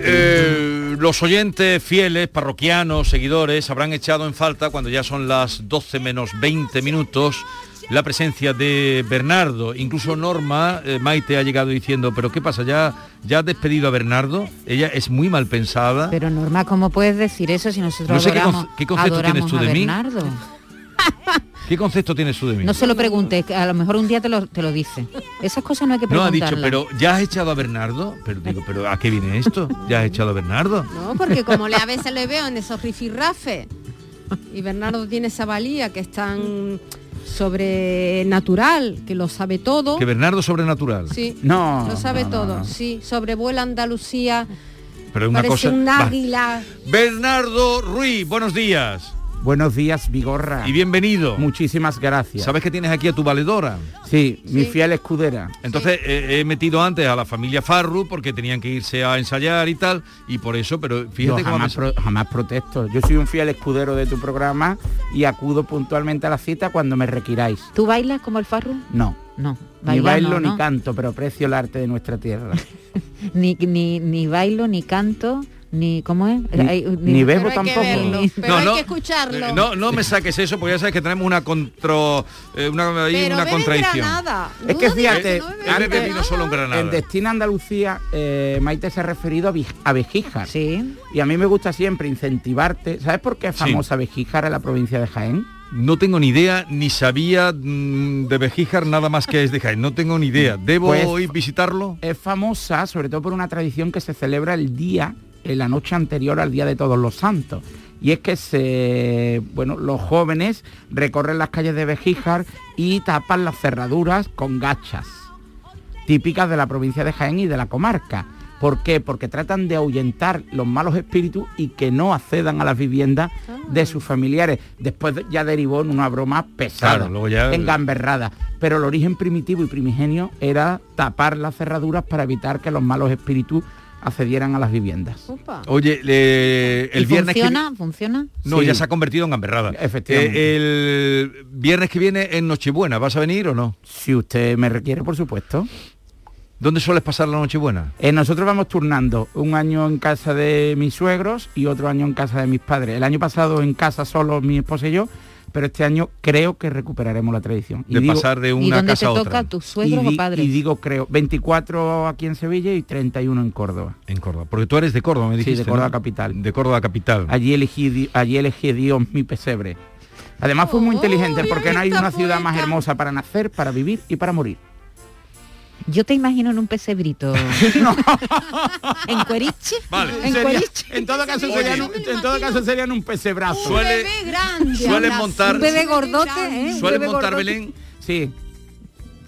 Eh, los oyentes fieles, parroquianos, seguidores, habrán echado en falta, cuando ya son las 12 menos 20 minutos, la presencia de Bernardo. Incluso Norma, eh, Maite, ha llegado diciendo, pero ¿qué pasa? ¿Ya, ¿Ya has despedido a Bernardo? Ella es muy mal pensada.
Pero Norma, ¿cómo puedes decir eso si nosotros
No sé qué
adoramos,
conce- qué concepto
adoramos
tienes tú
a
de mí?
Bernardo?
¿Qué concepto tienes tú de mí?
No se lo preguntes, que a lo mejor un día te lo, te lo dice. Esas cosas no hay que
No ha
preguntarlas.
dicho, pero ¿ya has echado a Bernardo? Pero digo, ¿pero a qué viene esto? ¿Ya has echado a Bernardo?
No, porque como le, a veces le veo en esos rifirrafes y Bernardo tiene esa valía que es tan sobrenatural, que lo sabe todo.
Que Bernardo es sobrenatural.
Sí, lo sabe
no, no,
todo,
no.
sí, sobrevuela Andalucía,
Pero es una
parece
cosa.
un
Va.
águila.
Bernardo Ruiz, buenos días.
Buenos días, Vigorra.
Y bienvenido.
Muchísimas gracias.
Sabes que tienes aquí a tu valedora.
Sí, mi fiel escudera.
Entonces eh, he metido antes a la familia Farru porque tenían que irse a ensayar y tal, y por eso, pero fíjate
Yo
cómo ha
jamás,
pensado.
pro- jamás protesto. Yo soy un fiel escudero de tu programa y acudo puntualmente a la cita cuando me requiráis.
¿Tú bailas como el farro?
No.
No.
Ni
Bailar
bailo
no,
ni
¿no?
canto, pero aprecio el arte de nuestra
[laughs]
tierra.
Ni, ni, ni bailo, ni canto, ni... ¿Cómo es?
Ni-
Hay-
ni bebo
Pero hay que
tampoco.
verlo.
Ni-
Pero hay
no,
que escucharlo.
eh, no, no me saques eso porque ya sabes que tenemos una contro, eh, una, ahí
pero
una
bebe
contradicción.
Granada.
Es que fíjate,
He bebido solo en Granada.
En Destino Andalucía, eh, Maite se ha referido a, Bij- a Bejíjar. Sí. Y a mí me gusta siempre incentivarte. ¿Sabes por qué es
Sí.
famosa Bejíjar en la provincia de Jaén?
No tengo ni idea, ni sabía mm, de Bejíjar nada más que es de Jaén. No tengo ni idea. ¿Debo
Pues-
hoy visitarlo?
Es famosa sobre todo por una tradición que se celebra el día, en la noche anterior al Día de Todos los Santos. Y es que se, bueno, los jóvenes recorren las calles de Bejíjar y tapan las cerraduras con gachas, típicas de la provincia de Jaén y de la comarca. ¿Por qué? Porque tratan de ahuyentar los malos espíritus y que no accedan a las viviendas de sus familiares. Después ya derivó en una broma pesada,
Claro, luego ya-
engamberrada. Pero el origen primitivo y primigenio era tapar las cerraduras para evitar que los malos espíritus accedieran a las viviendas.
Oye, eh, el
¿Y
viernes que vi-
funciona?
¿Funciona?
No,
Sí.
ya se ha convertido en gamberrada.
Efectivamente.
Eh, el viernes que viene en Nochebuena, ¿vas a venir o no?
Si usted me requiere, por supuesto.
¿Dónde sueles pasar la Nochebuena?
Eh, nosotros vamos turnando, un año en casa de mis suegros y otro año en casa de mis padres. El año pasado en casa solo mi esposa y yo, pero este año creo que recuperaremos la tradición.
De pasar de ¿Y una dónde casa te a otra? toca, tus suegros
Y
o
di-
padres?
Y digo creo, 24 aquí en Sevilla y 31 en Córdoba.
En Córdoba. Porque tú eres de Córdoba, me dijiste.
sí, de Córdoba
¿no?
capital.
De Córdoba capital.
Allí elegí, di- allí elegí Dios mi pesebre. Además
Oh,
fue muy inteligente porque no hay una ciudad más hermosa para nacer, para vivir y para morir.
Yo te imagino en un
[laughs]
pesebrito. [laughs] ¿En cueriche? ¿En
Sería-
cueriche?
en todo caso
Oye.
serían un, en todo caso serían un pesebrazo.
Suele-
grande.
suelen montar-
Un bebé gordote,
¿eh?
Un
¿Sueles
bebé
montar
gordote.
Belén?
Sí.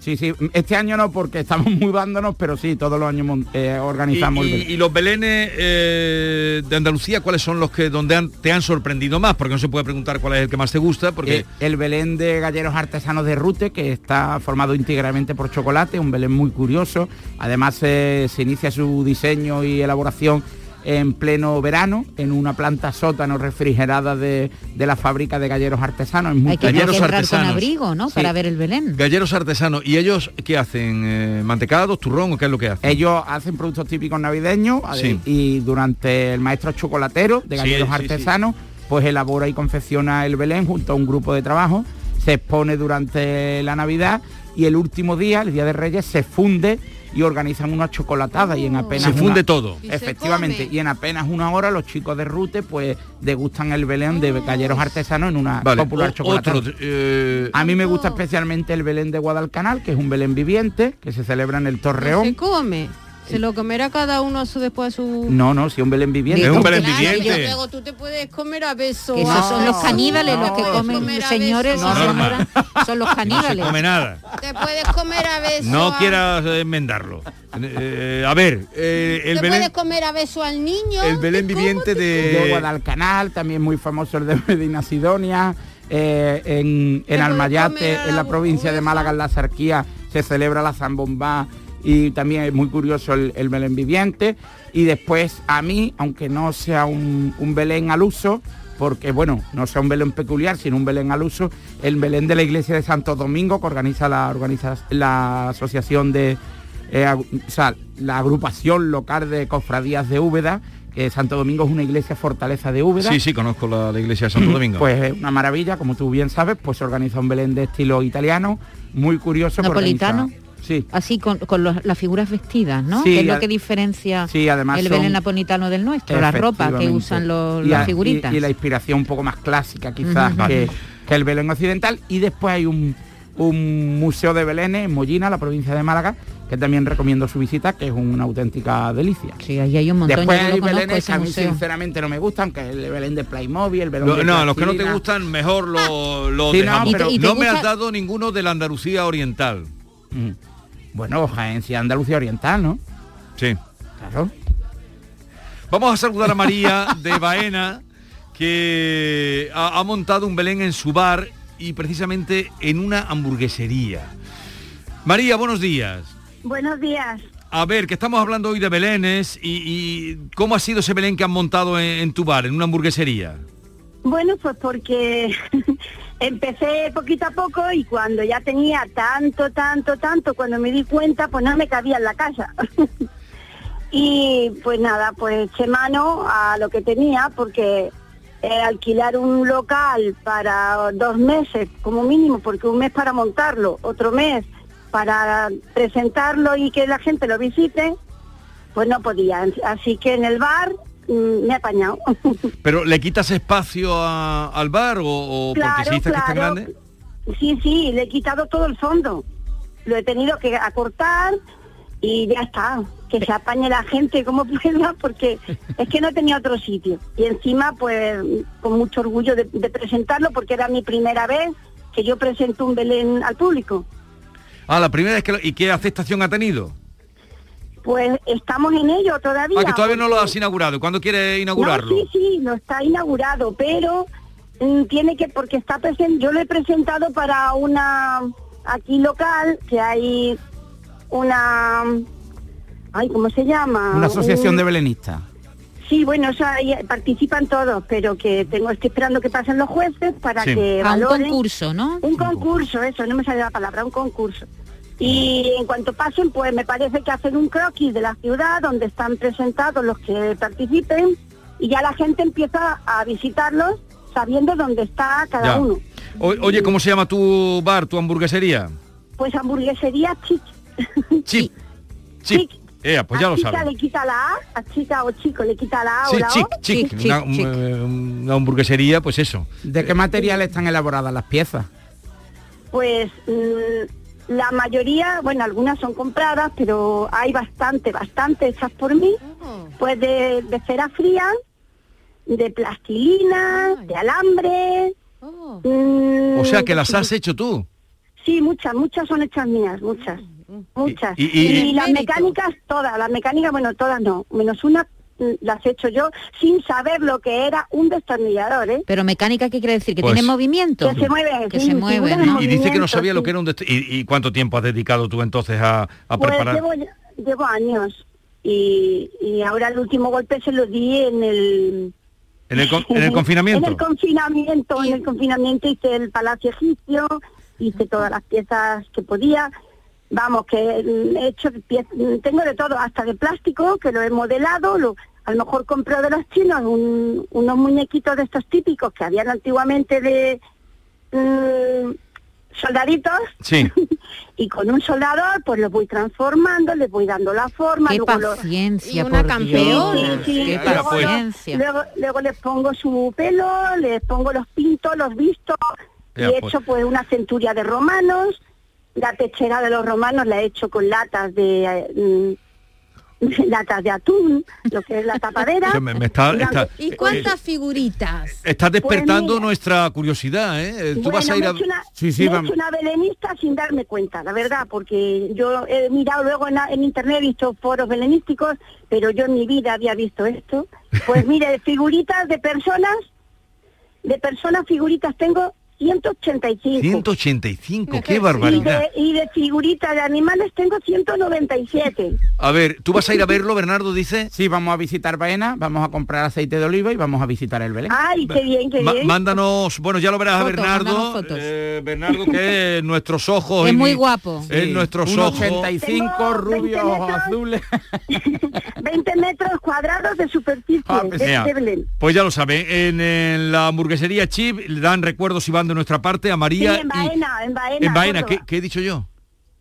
Sí, sí. Este año no, porque estamos mudándonos, pero sí, todos los años mon- eh,
Y,
organizamos el
y-
Belén.
y los Belenes eh, de Andalucía, ¿cuáles son los que donde han- te han sorprendido más? Porque no se puede preguntar cuál es el que más te gusta, porque
Eh, el Belén de Galleros Artesanos de Rute, que está formado íntegramente por chocolate, un Belén muy curioso. Además, eh, se inicia su diseño y elaboración en pleno verano, en una planta sótano refrigerada de, de la fábrica de Galleros Artesanos. Es muy
Hay que, hay que
curioso.
entrar con abrigo, ¿no?
Sí.
Para ver el Belén.
Galleros artesanos. ¿Y ellos qué hacen? Eh, ¿Mantecados, turrón o qué es lo que hacen?
Ellos hacen productos típicos navideños a
Sí.
ver, y durante el maestro chocolatero de
Sí,
galleros
sí, sí.
artesanos, pues elabora y confecciona el Belén junto a un grupo de trabajo, se expone durante la Navidad y el último día, el Día de Reyes, se funde y organizan una chocolatada y en apenas
Se funde
una-
todo. Y se
efectivamente y en apenas una hora los chicos de Rute pues degustan el Belén de galleros artesanos en una
Vale,
popular
o-
chocolatada
otro, eh,
a mí me gusta especialmente el Belén de Guadalcanal que es un Belén viviente que se celebra en el Torreón
Se come. Se lo comerá cada uno a su después a su.
no, no, si un Belén viviente.
Es un Belén
Claro,
viviente.
pero luego tú te puedes comer a beso.
Que esos son los caníbales los que comen, señores y
Norma.
señoras, son los
No se
caníbales.
come nada.
Te puedes comer a beso.
No
a-
quieras enmendarlo. Eh, eh, a ver, eh, el
te puedes
Belén,
comer a beso al niño.
el Belén viviente de...
de Guadalcanal, también muy famoso el de Medina Sidonia, eh, en, en Almayate, en la provincia de Málaga, en la Sarquía, se celebra la zambomba y también es muy curioso el, el Belén viviente. Y después a mí, aunque no sea un, un Belén al uso, porque bueno, no sea un Belén peculiar, sino un Belén al uso, el Belén de la Iglesia de Santo Domingo que organiza la, organiza la asociación de, eh, ag- o sea, la agrupación local de cofradías de Úbeda, que Santo Domingo es una iglesia fortaleza de Úbeda.
Sí, sí, conozco la, la iglesia de Santo Domingo.
Pues es una maravilla, como tú bien sabes, pues se organiza un Belén de estilo italiano, muy curioso. que organiza-
Napolitano. Ah,
Sí.
Así con, con los- las figuras vestidas, ¿no?
Sí,
que es lo
ad-
que diferencia
sí, además
el
son-
Belén napolitano del nuestro, la ropa que
Efectivamente.
usan los,
Y
las
a- y-
figuritas.
Y, la inspiración un poco más clásica quizás
Ujú.
que, que el Belén occidental. Y después hay un, un museo de Belén en Mollina, la provincia de Málaga, que también recomiendo su visita, que es una auténtica delicia.
Sí, ahí hay un montón,
Después
yo no
hay
conozco
Belenes
ese
que a mí
museo.
sinceramente no me gustan, que es el Belén de Playmobil, el Belén
Lo-
de
no, los que no te
plastilina.
gustan, mejor lo, lo
Sí, no,
dejamos.
pero- ¿Y te- y te
no me
gusta-
has dado ninguno de la Andalucía Oriental.
Bueno, Jaén, sí, Andalucía Oriental, ¿no?
Sí.
Claro.
Vamos a saludar a María de Baena, que ha, ha montado un Belén en su bar y precisamente en una hamburguesería. María, buenos días.
Buenos días.
A ver, que estamos hablando hoy de Belénes y, y cómo ha sido ese Belén que han montado en, en tu bar, en una hamburguesería.
Bueno, pues porque [laughs] empecé poquito a poco y cuando ya tenía tanto, tanto, tanto, cuando me di cuenta, pues no me cabía en la casa. [laughs] y pues nada, pues eché mano a lo que tenía porque eh, alquilar un local para dos meses como mínimo, porque un mes para montarlo, otro mes para presentarlo y que la gente lo visite, pues no podía. Así que en el bar mm, me he apañado. [laughs]
¿Pero le quitas espacio a- al bar o, o porque si dices que es tan
claro.
grande?
Sí, sí, le he quitado todo el fondo. Lo he tenido que acortar y ya está. Que se apañe la gente como [laughs] pueda porque es que no tenía otro sitio. Y encima, pues, con mucho orgullo de, de presentarlo porque era mi primera vez que yo presento un Belén al público.
Ah, la primera es que... lo- ¿Y qué aceptación ha tenido?
Pues estamos en ello todavía.
Ah, que todavía no lo has inaugurado. ¿Cuándo quieres inaugurarlo?
No, sí, sí, no está inaugurado, pero mm, tiene que, porque está presen- yo lo he presentado para una, aquí local, que hay una, mm, ay, ¿cómo se llama?
Una asociación
Un-
de belenistas.
Sí, bueno, eso ahí participan todos, pero que tengo, estoy esperando que pasen los jueces para
Sí.
que
Ah, un
valoren.
concurso, ¿no?
Un concurso, eso, no me sale la palabra, un concurso. Y en cuanto pasen, pues me parece que hacen un croquis de la ciudad donde están presentados los que participen y ya la gente empieza a visitarlos sabiendo dónde está cada
Ya.
uno.
O- oye, ¿cómo se llama tu bar, tu hamburguesería?
Pues hamburguesería chic,
Chip. Chip. Ea, pues ya
a
lo
chica
sabes.
le quita la A, a chica o chico le quita la A o
Sí,
la
chic,
O.
chic. Una, un- eh, una hamburguesería, pues eso.
¿De qué material están elaboradas las piezas?
Pues mm, la mayoría, bueno, algunas son compradas, pero hay bastante, bastante hechas por mí,
Oh.
pues de, de cera fría, de plastilina, de alambre.
Oh.
mm,
O sea, que las has hecho tú.
Sí, muchas, muchas son hechas mías, muchas,
Mm,
muchas.
Y-
Y,
y- y-
las mecánicas todas, las mecánicas, bueno, todas no, menos una mm, las he hecho yo sin saber lo que era un destornillador, ¿eh?
Pero mecánica, ¿qué quiere decir? Que
Pues-
tiene movimiento.
Que se mueve,
Que
sí,
se mueve,
figuras en
¿no?
Y dice que no sabía lo
sí.
que era un... dest- ¿Y, y cuánto tiempo has dedicado tú entonces a, a
Pues
preparar?
llevo, llevo años y, y ahora el último golpe se lo di en el...
En el, con- en el
[laughs]
confinamiento.
En el confinamiento, en el confinamiento hice el Palacio Egipcio, hice todas las piezas que podía. Vamos, que mm, he hecho, pie- mm, tengo de todo, hasta de plástico, que lo he modelado, lo, a lo mejor compré de los chinos un- unos muñequitos de estos típicos que habían antiguamente de mm, soldaditos
Sí.
[laughs] y con un soldador pues los voy transformando, les voy dando la forma.
Qué
luego los-
paciencia, Y una por campeona, Dios. qué
Luego los-
paciencia.
Luego, luego les pongo su pelo, les pongo los pintos, los vistos.
Ya,
y he
pues.
hecho pues una centuria de romanos. La techera de los romanos la he hecho con latas de... eh, mm, [laughs] latas de atún, lo que es la tapadera.
O sea, me- me está-
Durante-
está- ¿Y cuántas
figuritas?
Estás despertando nuestra curiosidad, ¿eh? Tú
Pues bueno,
vas a ir
me he
a...
hecho una, me he hecho una belenista sin darme cuenta, la verdad, porque yo he mirado luego en, la- en internet, he visto foros belenísticos, pero yo en mi vida había visto esto.
[laughs]
Pues mire, figuritas de personas, de personas figuritas tengo 185.
185,
[laughs]
qué
Y
barbaridad.
de, y de figuritas de animales tengo 197.
A ver, ¿tú vas a ir a verlo, Bernardo, dice?
Sí, vamos a visitar Baena, vamos a comprar aceite de oliva y vamos a visitar el Belén.
Ay, qué bien, qué
Ma-
bien.
mándanos, bueno, ya lo verás a
Fotos, mándanos
Bernardo.
fotos.
eh, Bernardo, que es nuestros ojos.
Es
y
muy
mi-
guapo.
Es
Sí,
nuestros
un
ojos.
85 rubios azules.
[laughs] 20 metros cuadrados de superficie. de-
Ah, Mira,
de Belén.
pues ya lo saben, en, en la hamburguesería Chip le dan recuerdos y van de nuestra parte a
Sí,
María
en
y-
Baena, en Baena.
en Baena, ¿qué,
Córdoba.
qué he dicho yo?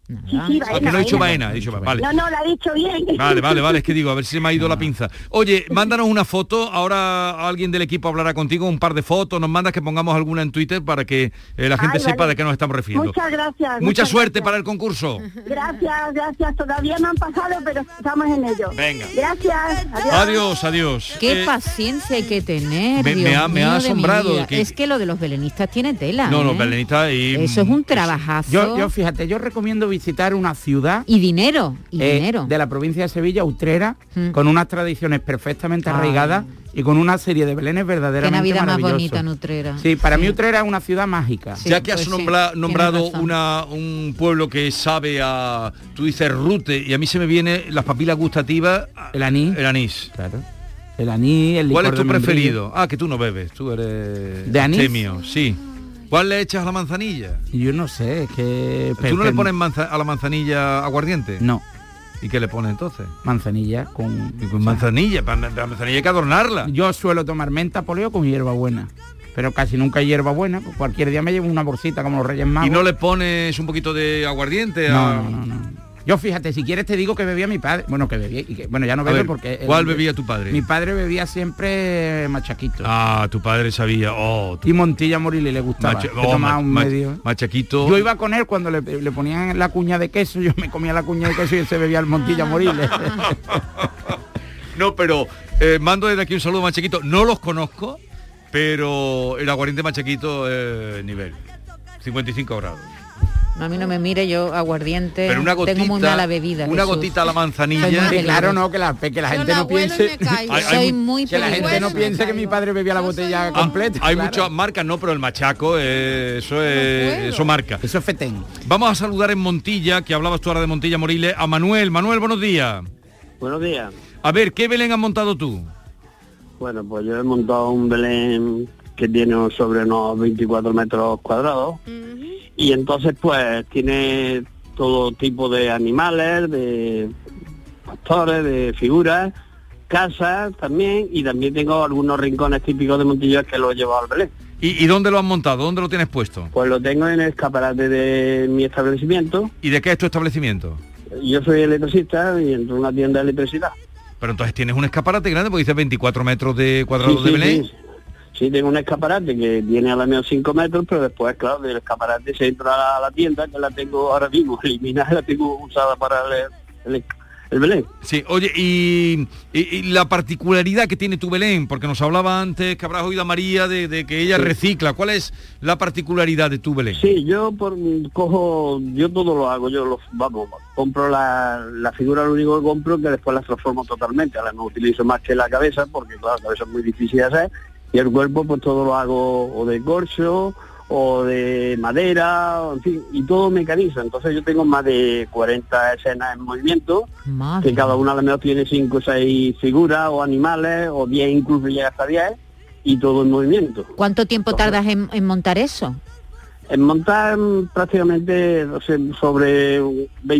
Sí, sí,
Ah, que no he dicho Baena, he dicho Baena, vale.
No, no, la ha dicho bien.
Vale, vale, vale, es que digo, a ver si se me ha ido la pinza. Oye, mándanos una foto, ahora alguien del equipo hablará contigo, un par de fotos, nos mandas que pongamos alguna en Twitter para que eh, la gente
Ay,
sepa
vale.
de qué nos estamos refiriendo.
Muchas gracias.
Mucha
muchas
suerte para el concurso.
Gracias, gracias. Todavía no han pasado, pero estamos en ello.
Venga.
Gracias. adiós.
Adiós, adiós.
Qué
Eh,
paciencia hay que tener.
me- me
Dios
ha- me ha
mío de mi
asombrado
vida.
que-
Es que lo de los belenistas tiene tela.
no, no,
¿eh?
Belenita, y
Eso es un trabajazo.
Yo, yo, fíjate, yo recomiendo visitar una ciudad eh,
y dinero, y dinero.
de la provincia de Sevilla, Utrera,
Mm.
con unas tradiciones perfectamente
Ay.
arraigadas y con una serie de belenes
Qué
verdaderamente
Navidad más
maravillosos.
bonita, Nutrera.
Sí, para mí Utrera es una ciudad mágica.
ya que has nombra- nombrado una, un pueblo que sabe a, tú dices rute, y a mí se me viene las papilas gustativas.
El anís.
El anís.
Claro. El anís, el
¿Cuál es
licor
tu
de membrillo.
preferido? Ah, que tú no bebes, tú eres
¿De anís?
temio, Este, sí. ¿Cuál le echas a la manzanilla?
Yo no sé, es que...
¿Tú no le pones manza- a la manzanilla aguardiente?
No.
¿Y qué le pones entonces?
Manzanilla con...
con manzanilla, pa- la manzanilla hay que adornarla.
Yo suelo tomar menta poleo con hierbabuena, pero casi nunca hay hierbabuena, pues cualquier día me llevo una bolsita como los Reyes Magos.
¿Y no le pones un poquito de aguardiente? a-
No, no, no, no. Yo fíjate, si quieres te digo que bebía mi padre, bueno, que bebía, y que, bueno, ya no
A
bebe
ver,
porque... él-
¿Cuál bebía tu padre?
Mi padre bebía siempre machaquito.
Ah, tu padre sabía. Oh, tu
Y Montilla Morili le gustaba.
macha-
que
oh,
tomaba
ma-
un
ma-
medio.
Machaquito.
Yo iba con él cuando le, le ponían la cuña de queso, yo me comía la cuña de queso y él se bebía el
Ah,
Montilla Moriles.
No, pero eh, mando desde aquí un saludo a Machaquito. No los conozco, pero el aguardiente Machaquito eh, nivel. 55 grados.
A mí no me mire, yo
Eh,
aguardiente.
Pero una gotita,
tengo muy mala bebida.
una
Jesús.
gotita a la
Soy muy
manzanilla.
peligrosa.
claro, no, que la, que la gente no piense. [laughs]
Hay- hay
Soy
mu-
muy
Que la gente no
peligrosa.
piense que mi padre bebía la botella
Ah,
completa.
hay
claro.
muchas marcas, no, pero el machaco, eh, eso es- eso marca.
Eso es fetén.
Vamos a saludar en Montilla, que hablabas tú ahora de Montilla Moriles, a Manuel. Manuel, buenos días.
Buenos días.
A ver, ¿qué Belén has montado tú?
Bueno, pues yo he montado un Belén que tiene un- sobre unos 24 metros cuadrados y entonces pues tiene todo tipo de animales, de pastores, de figuras, casas también y también tengo algunos rincones típicos de Montillo que lo he llevado al Belén.
¿Y, y dónde lo has montado? ¿Dónde lo tienes puesto?
Pues lo tengo en el escaparate de mi establecimiento.
¿Y de qué es tu establecimiento?
Yo soy electricista y entro en una tienda de electricidad.
Pero entonces tienes un escaparate grande porque dices 24 metros de cuadrados
Sí,
de
sí,
Belén.
Sí. Sí, tengo un escaparate que tiene a la menos 5 metros, pero después, claro, del escaparate se entra a la, a la tienda, que la tengo ahora mismo [laughs] eliminada, la tengo usada para el, el- el Belén.
Sí, oye, y, y- y la particularidad que tiene tu Belén, porque nos hablaba antes que habrás oído a María de, de que ella recicla. ¿Cuál es la particularidad de tu Belén?
Sí, yo por, cojo, yo todo lo hago, yo lo, vamos, compro la, la figura, lo único que compro que después la transformo totalmente, ahora no utilizo más que la cabeza, porque claro, la cabeza es muy difícil de hacer, y el cuerpo pues todo lo hago o de corcho, o de madera, o en fin, y todo mecaniza, entonces yo tengo más de 40 escenas en movimiento,
Ah.
que cada una de las menos tiene 5 o 6 figuras, o animales, o 10 incluso llega hasta 10, y todo en movimiento.
¿Cuánto tiempo tardas en, en montar eso?
En montar mm, prácticamente no sé, sobre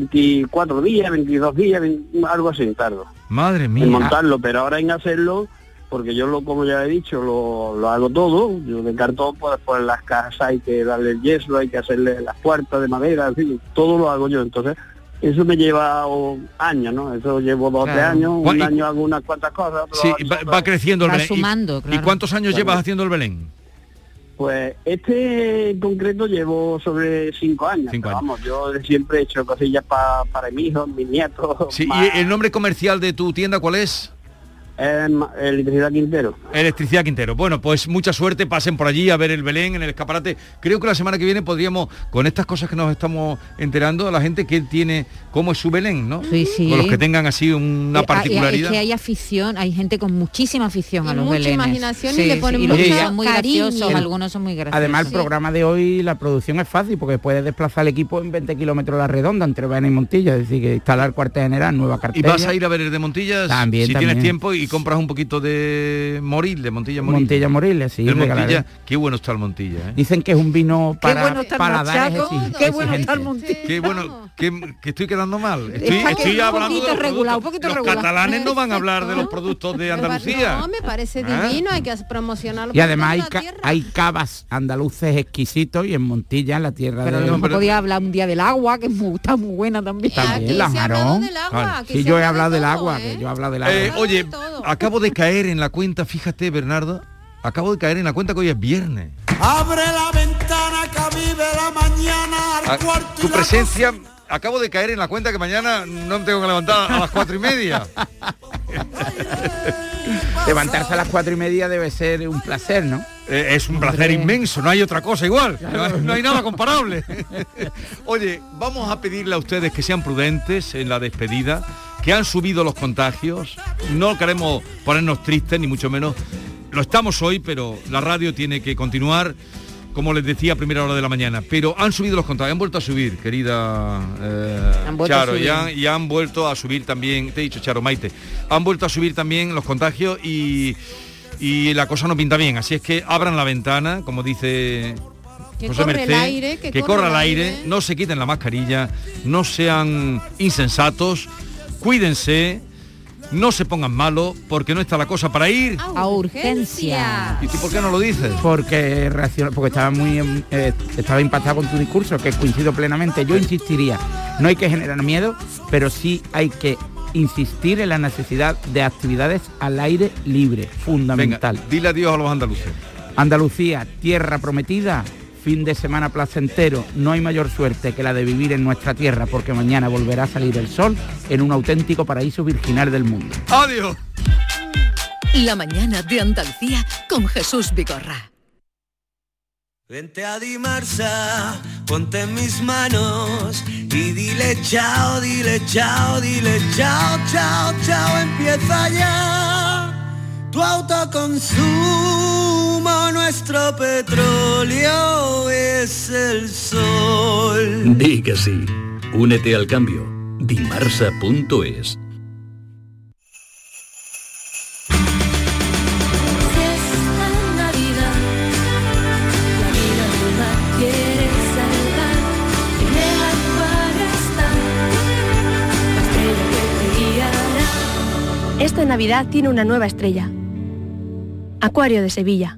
24 días, 22 días, vein- algo así tardo.
Madre mía.
En montarlo, pero ahora en hacerlo, porque yo lo, como ya he dicho, lo, lo hago todo, yo de cartón, pues después las cajas hay que darle el yeso, hay que hacerle las puertas de madera, en fin, todo lo hago yo. Entonces, eso me lleva oh, años, ¿no? Eso llevo dos o tres
Claro.
años,
Guay,
un
y-
año hago unas cuantas cosas, otro
Sí, va, va creciendo el
Va
Belén. ¿Y-
sumando,
¿Y,
claro.
cuántos años
Claro.
llevas haciendo el Belén?
Pues este en concreto llevo sobre cinco años.
Cinco
pero
años.
Vamos, yo siempre he hecho cosillas pa- para mis hijos, mis nietos.
Sí, eh,
más-
¿Y el nombre comercial de tu tienda cuál es?
Eh, ma- electricidad Quintero.
Electricidad Quintero. Bueno, pues mucha suerte, pasen por allí a ver el Belén en el escaparate. Creo que la semana que viene podríamos, con estas cosas que nos estamos enterando, la gente que tiene, cómo es su Belén, ¿no?
Sí, sí.
Con los que tengan así una
Eh, ah, y- Es
particularidad.
que hay afición, hay gente con muchísima afición a los
mucha
belenes.
imaginación y le ponen
y los
mucho
que son muy
cariño.
graciosos, algunos son muy graciosos.
Además, el programa de hoy, la producción es fácil porque puedes desplazar el equipo en 20 kilómetros a la redonda entre Baena y Montilla, es decir, que instalar cuartel general, nueva
Y
cartera.
vas a ir a ver el de Montilla
También,
si tienes
también.
tiempo y compras un poquito de Moril, de Montilla Moril.
Montilla Moriles, sí,
El Montilla,
regalaré.
qué bueno está el Montilla, ¿eh?
Dicen que es un vino para
bueno está el
paladares
machaco,
exig-
qué bueno está el
exigentes.
Qué bueno, que, que estoy quedando mal. Estoy,
Está
estoy
quedando un
hablando de
poquito
los
regular, un
productos.
poquito
los
regular.
catalanes no van a hablar de los productos de Andalucía. Ah.
No, me parece
¿Eh?
divino, hay que promocionarlo.
Y además hay,
por toda la
ca- hay cavas andaluces exquisitos y en Montilla, en la tierra
Pero a
de
lo mejor podía hablar un día del agua, que es muy- está muy buena también.
También la marón. Si yo he hablado del agua, que yo he hablado del agua.
Eh, oye, acabo de caer en la cuenta, fíjate, Bernardo, acabo de caer en la cuenta que hoy es viernes.
Abre la ventana que vive la mañana al
Ah,
cuarto y
tu
la
presencia, acabo de caer en la cuenta que mañana no me tengo que levantar a las cuatro
[laughs]
y media.
Levantarse a las cuatro y media debe ser un placer, ¿no?
Eh, es un placer inmenso, no hay otra cosa igual, no, hay- no hay nada comparable. [laughs] Oye, vamos a pedirle a ustedes que sean prudentes en la despedida, que han subido los contagios, no queremos ponernos tristes, ni mucho menos. Lo estamos hoy, pero la radio tiene que continuar, como les decía a primera hora de la mañana. Pero han subido los contagios, han vuelto a subir, querida eh,
Han vuelto a
Charo,
subir.
y han- y han vuelto a subir también, te he dicho Charo Maite, han vuelto a subir también los contagios y, y la cosa no pinta bien. Así es que abran la ventana, como dice
Que
José
corre el
Merced,
aire, que
que,
corre
corra
el
el aire,
aire.
no se quiten la mascarilla, no sean insensatos, cuídense, no se pongan malos, porque no está la cosa para ir.
A urgencia.
¿Y tú por qué no lo dices?
Porque reaccionó, porque estaba muy em, eh, estaba impactado con tu discurso, que coincido plenamente. Yo insistiría, no hay que generar miedo, pero sí hay que insistir en la necesidad de actividades al aire libre, fundamental.
dile adiós a los andaluces.
Andalucía, tierra prometida, fin de semana placentero. No hay mayor suerte que la de vivir en nuestra tierra, porque mañana volverá a salir el sol en un auténtico paraíso virginal del mundo.
Adiós.
La mañana de Andalucía con Jesús Vigorra.
Vente a Dimarsa, ponte en mis manos y dile chao, dile chao, dile chao, chao, chao, empieza ya. Tu autoconsumo, nuestro petróleo es el sol.
Di que sí. Únete al cambio. Dimarsa.es.
Esta Navidad, la vida toda quieres salvar, y dejar para estar, la estrella que te guiará.
Esta Navidad tiene una nueva estrella. Acuario de Sevilla.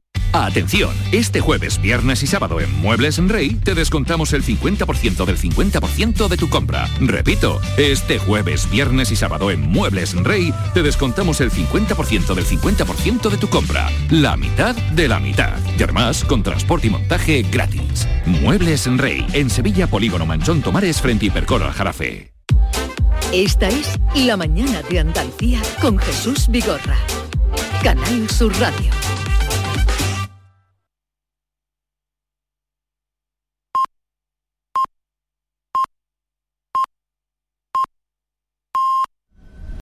Atención, este jueves, viernes y sábado en Muebles en Rey te descontamos el 50% del 50% de tu compra. Repito, este jueves, viernes y sábado en Muebles en Rey te descontamos el 50% del 50% de tu compra. La mitad de la mitad. Y además con transporte y montaje gratis. Muebles en Rey, en Sevilla, Polígono Manchón Tomares frente a Hipercor al Jarafe.
Esta es La mañana de Andalucía con Jesús Vigorra. Canal Sur Radio.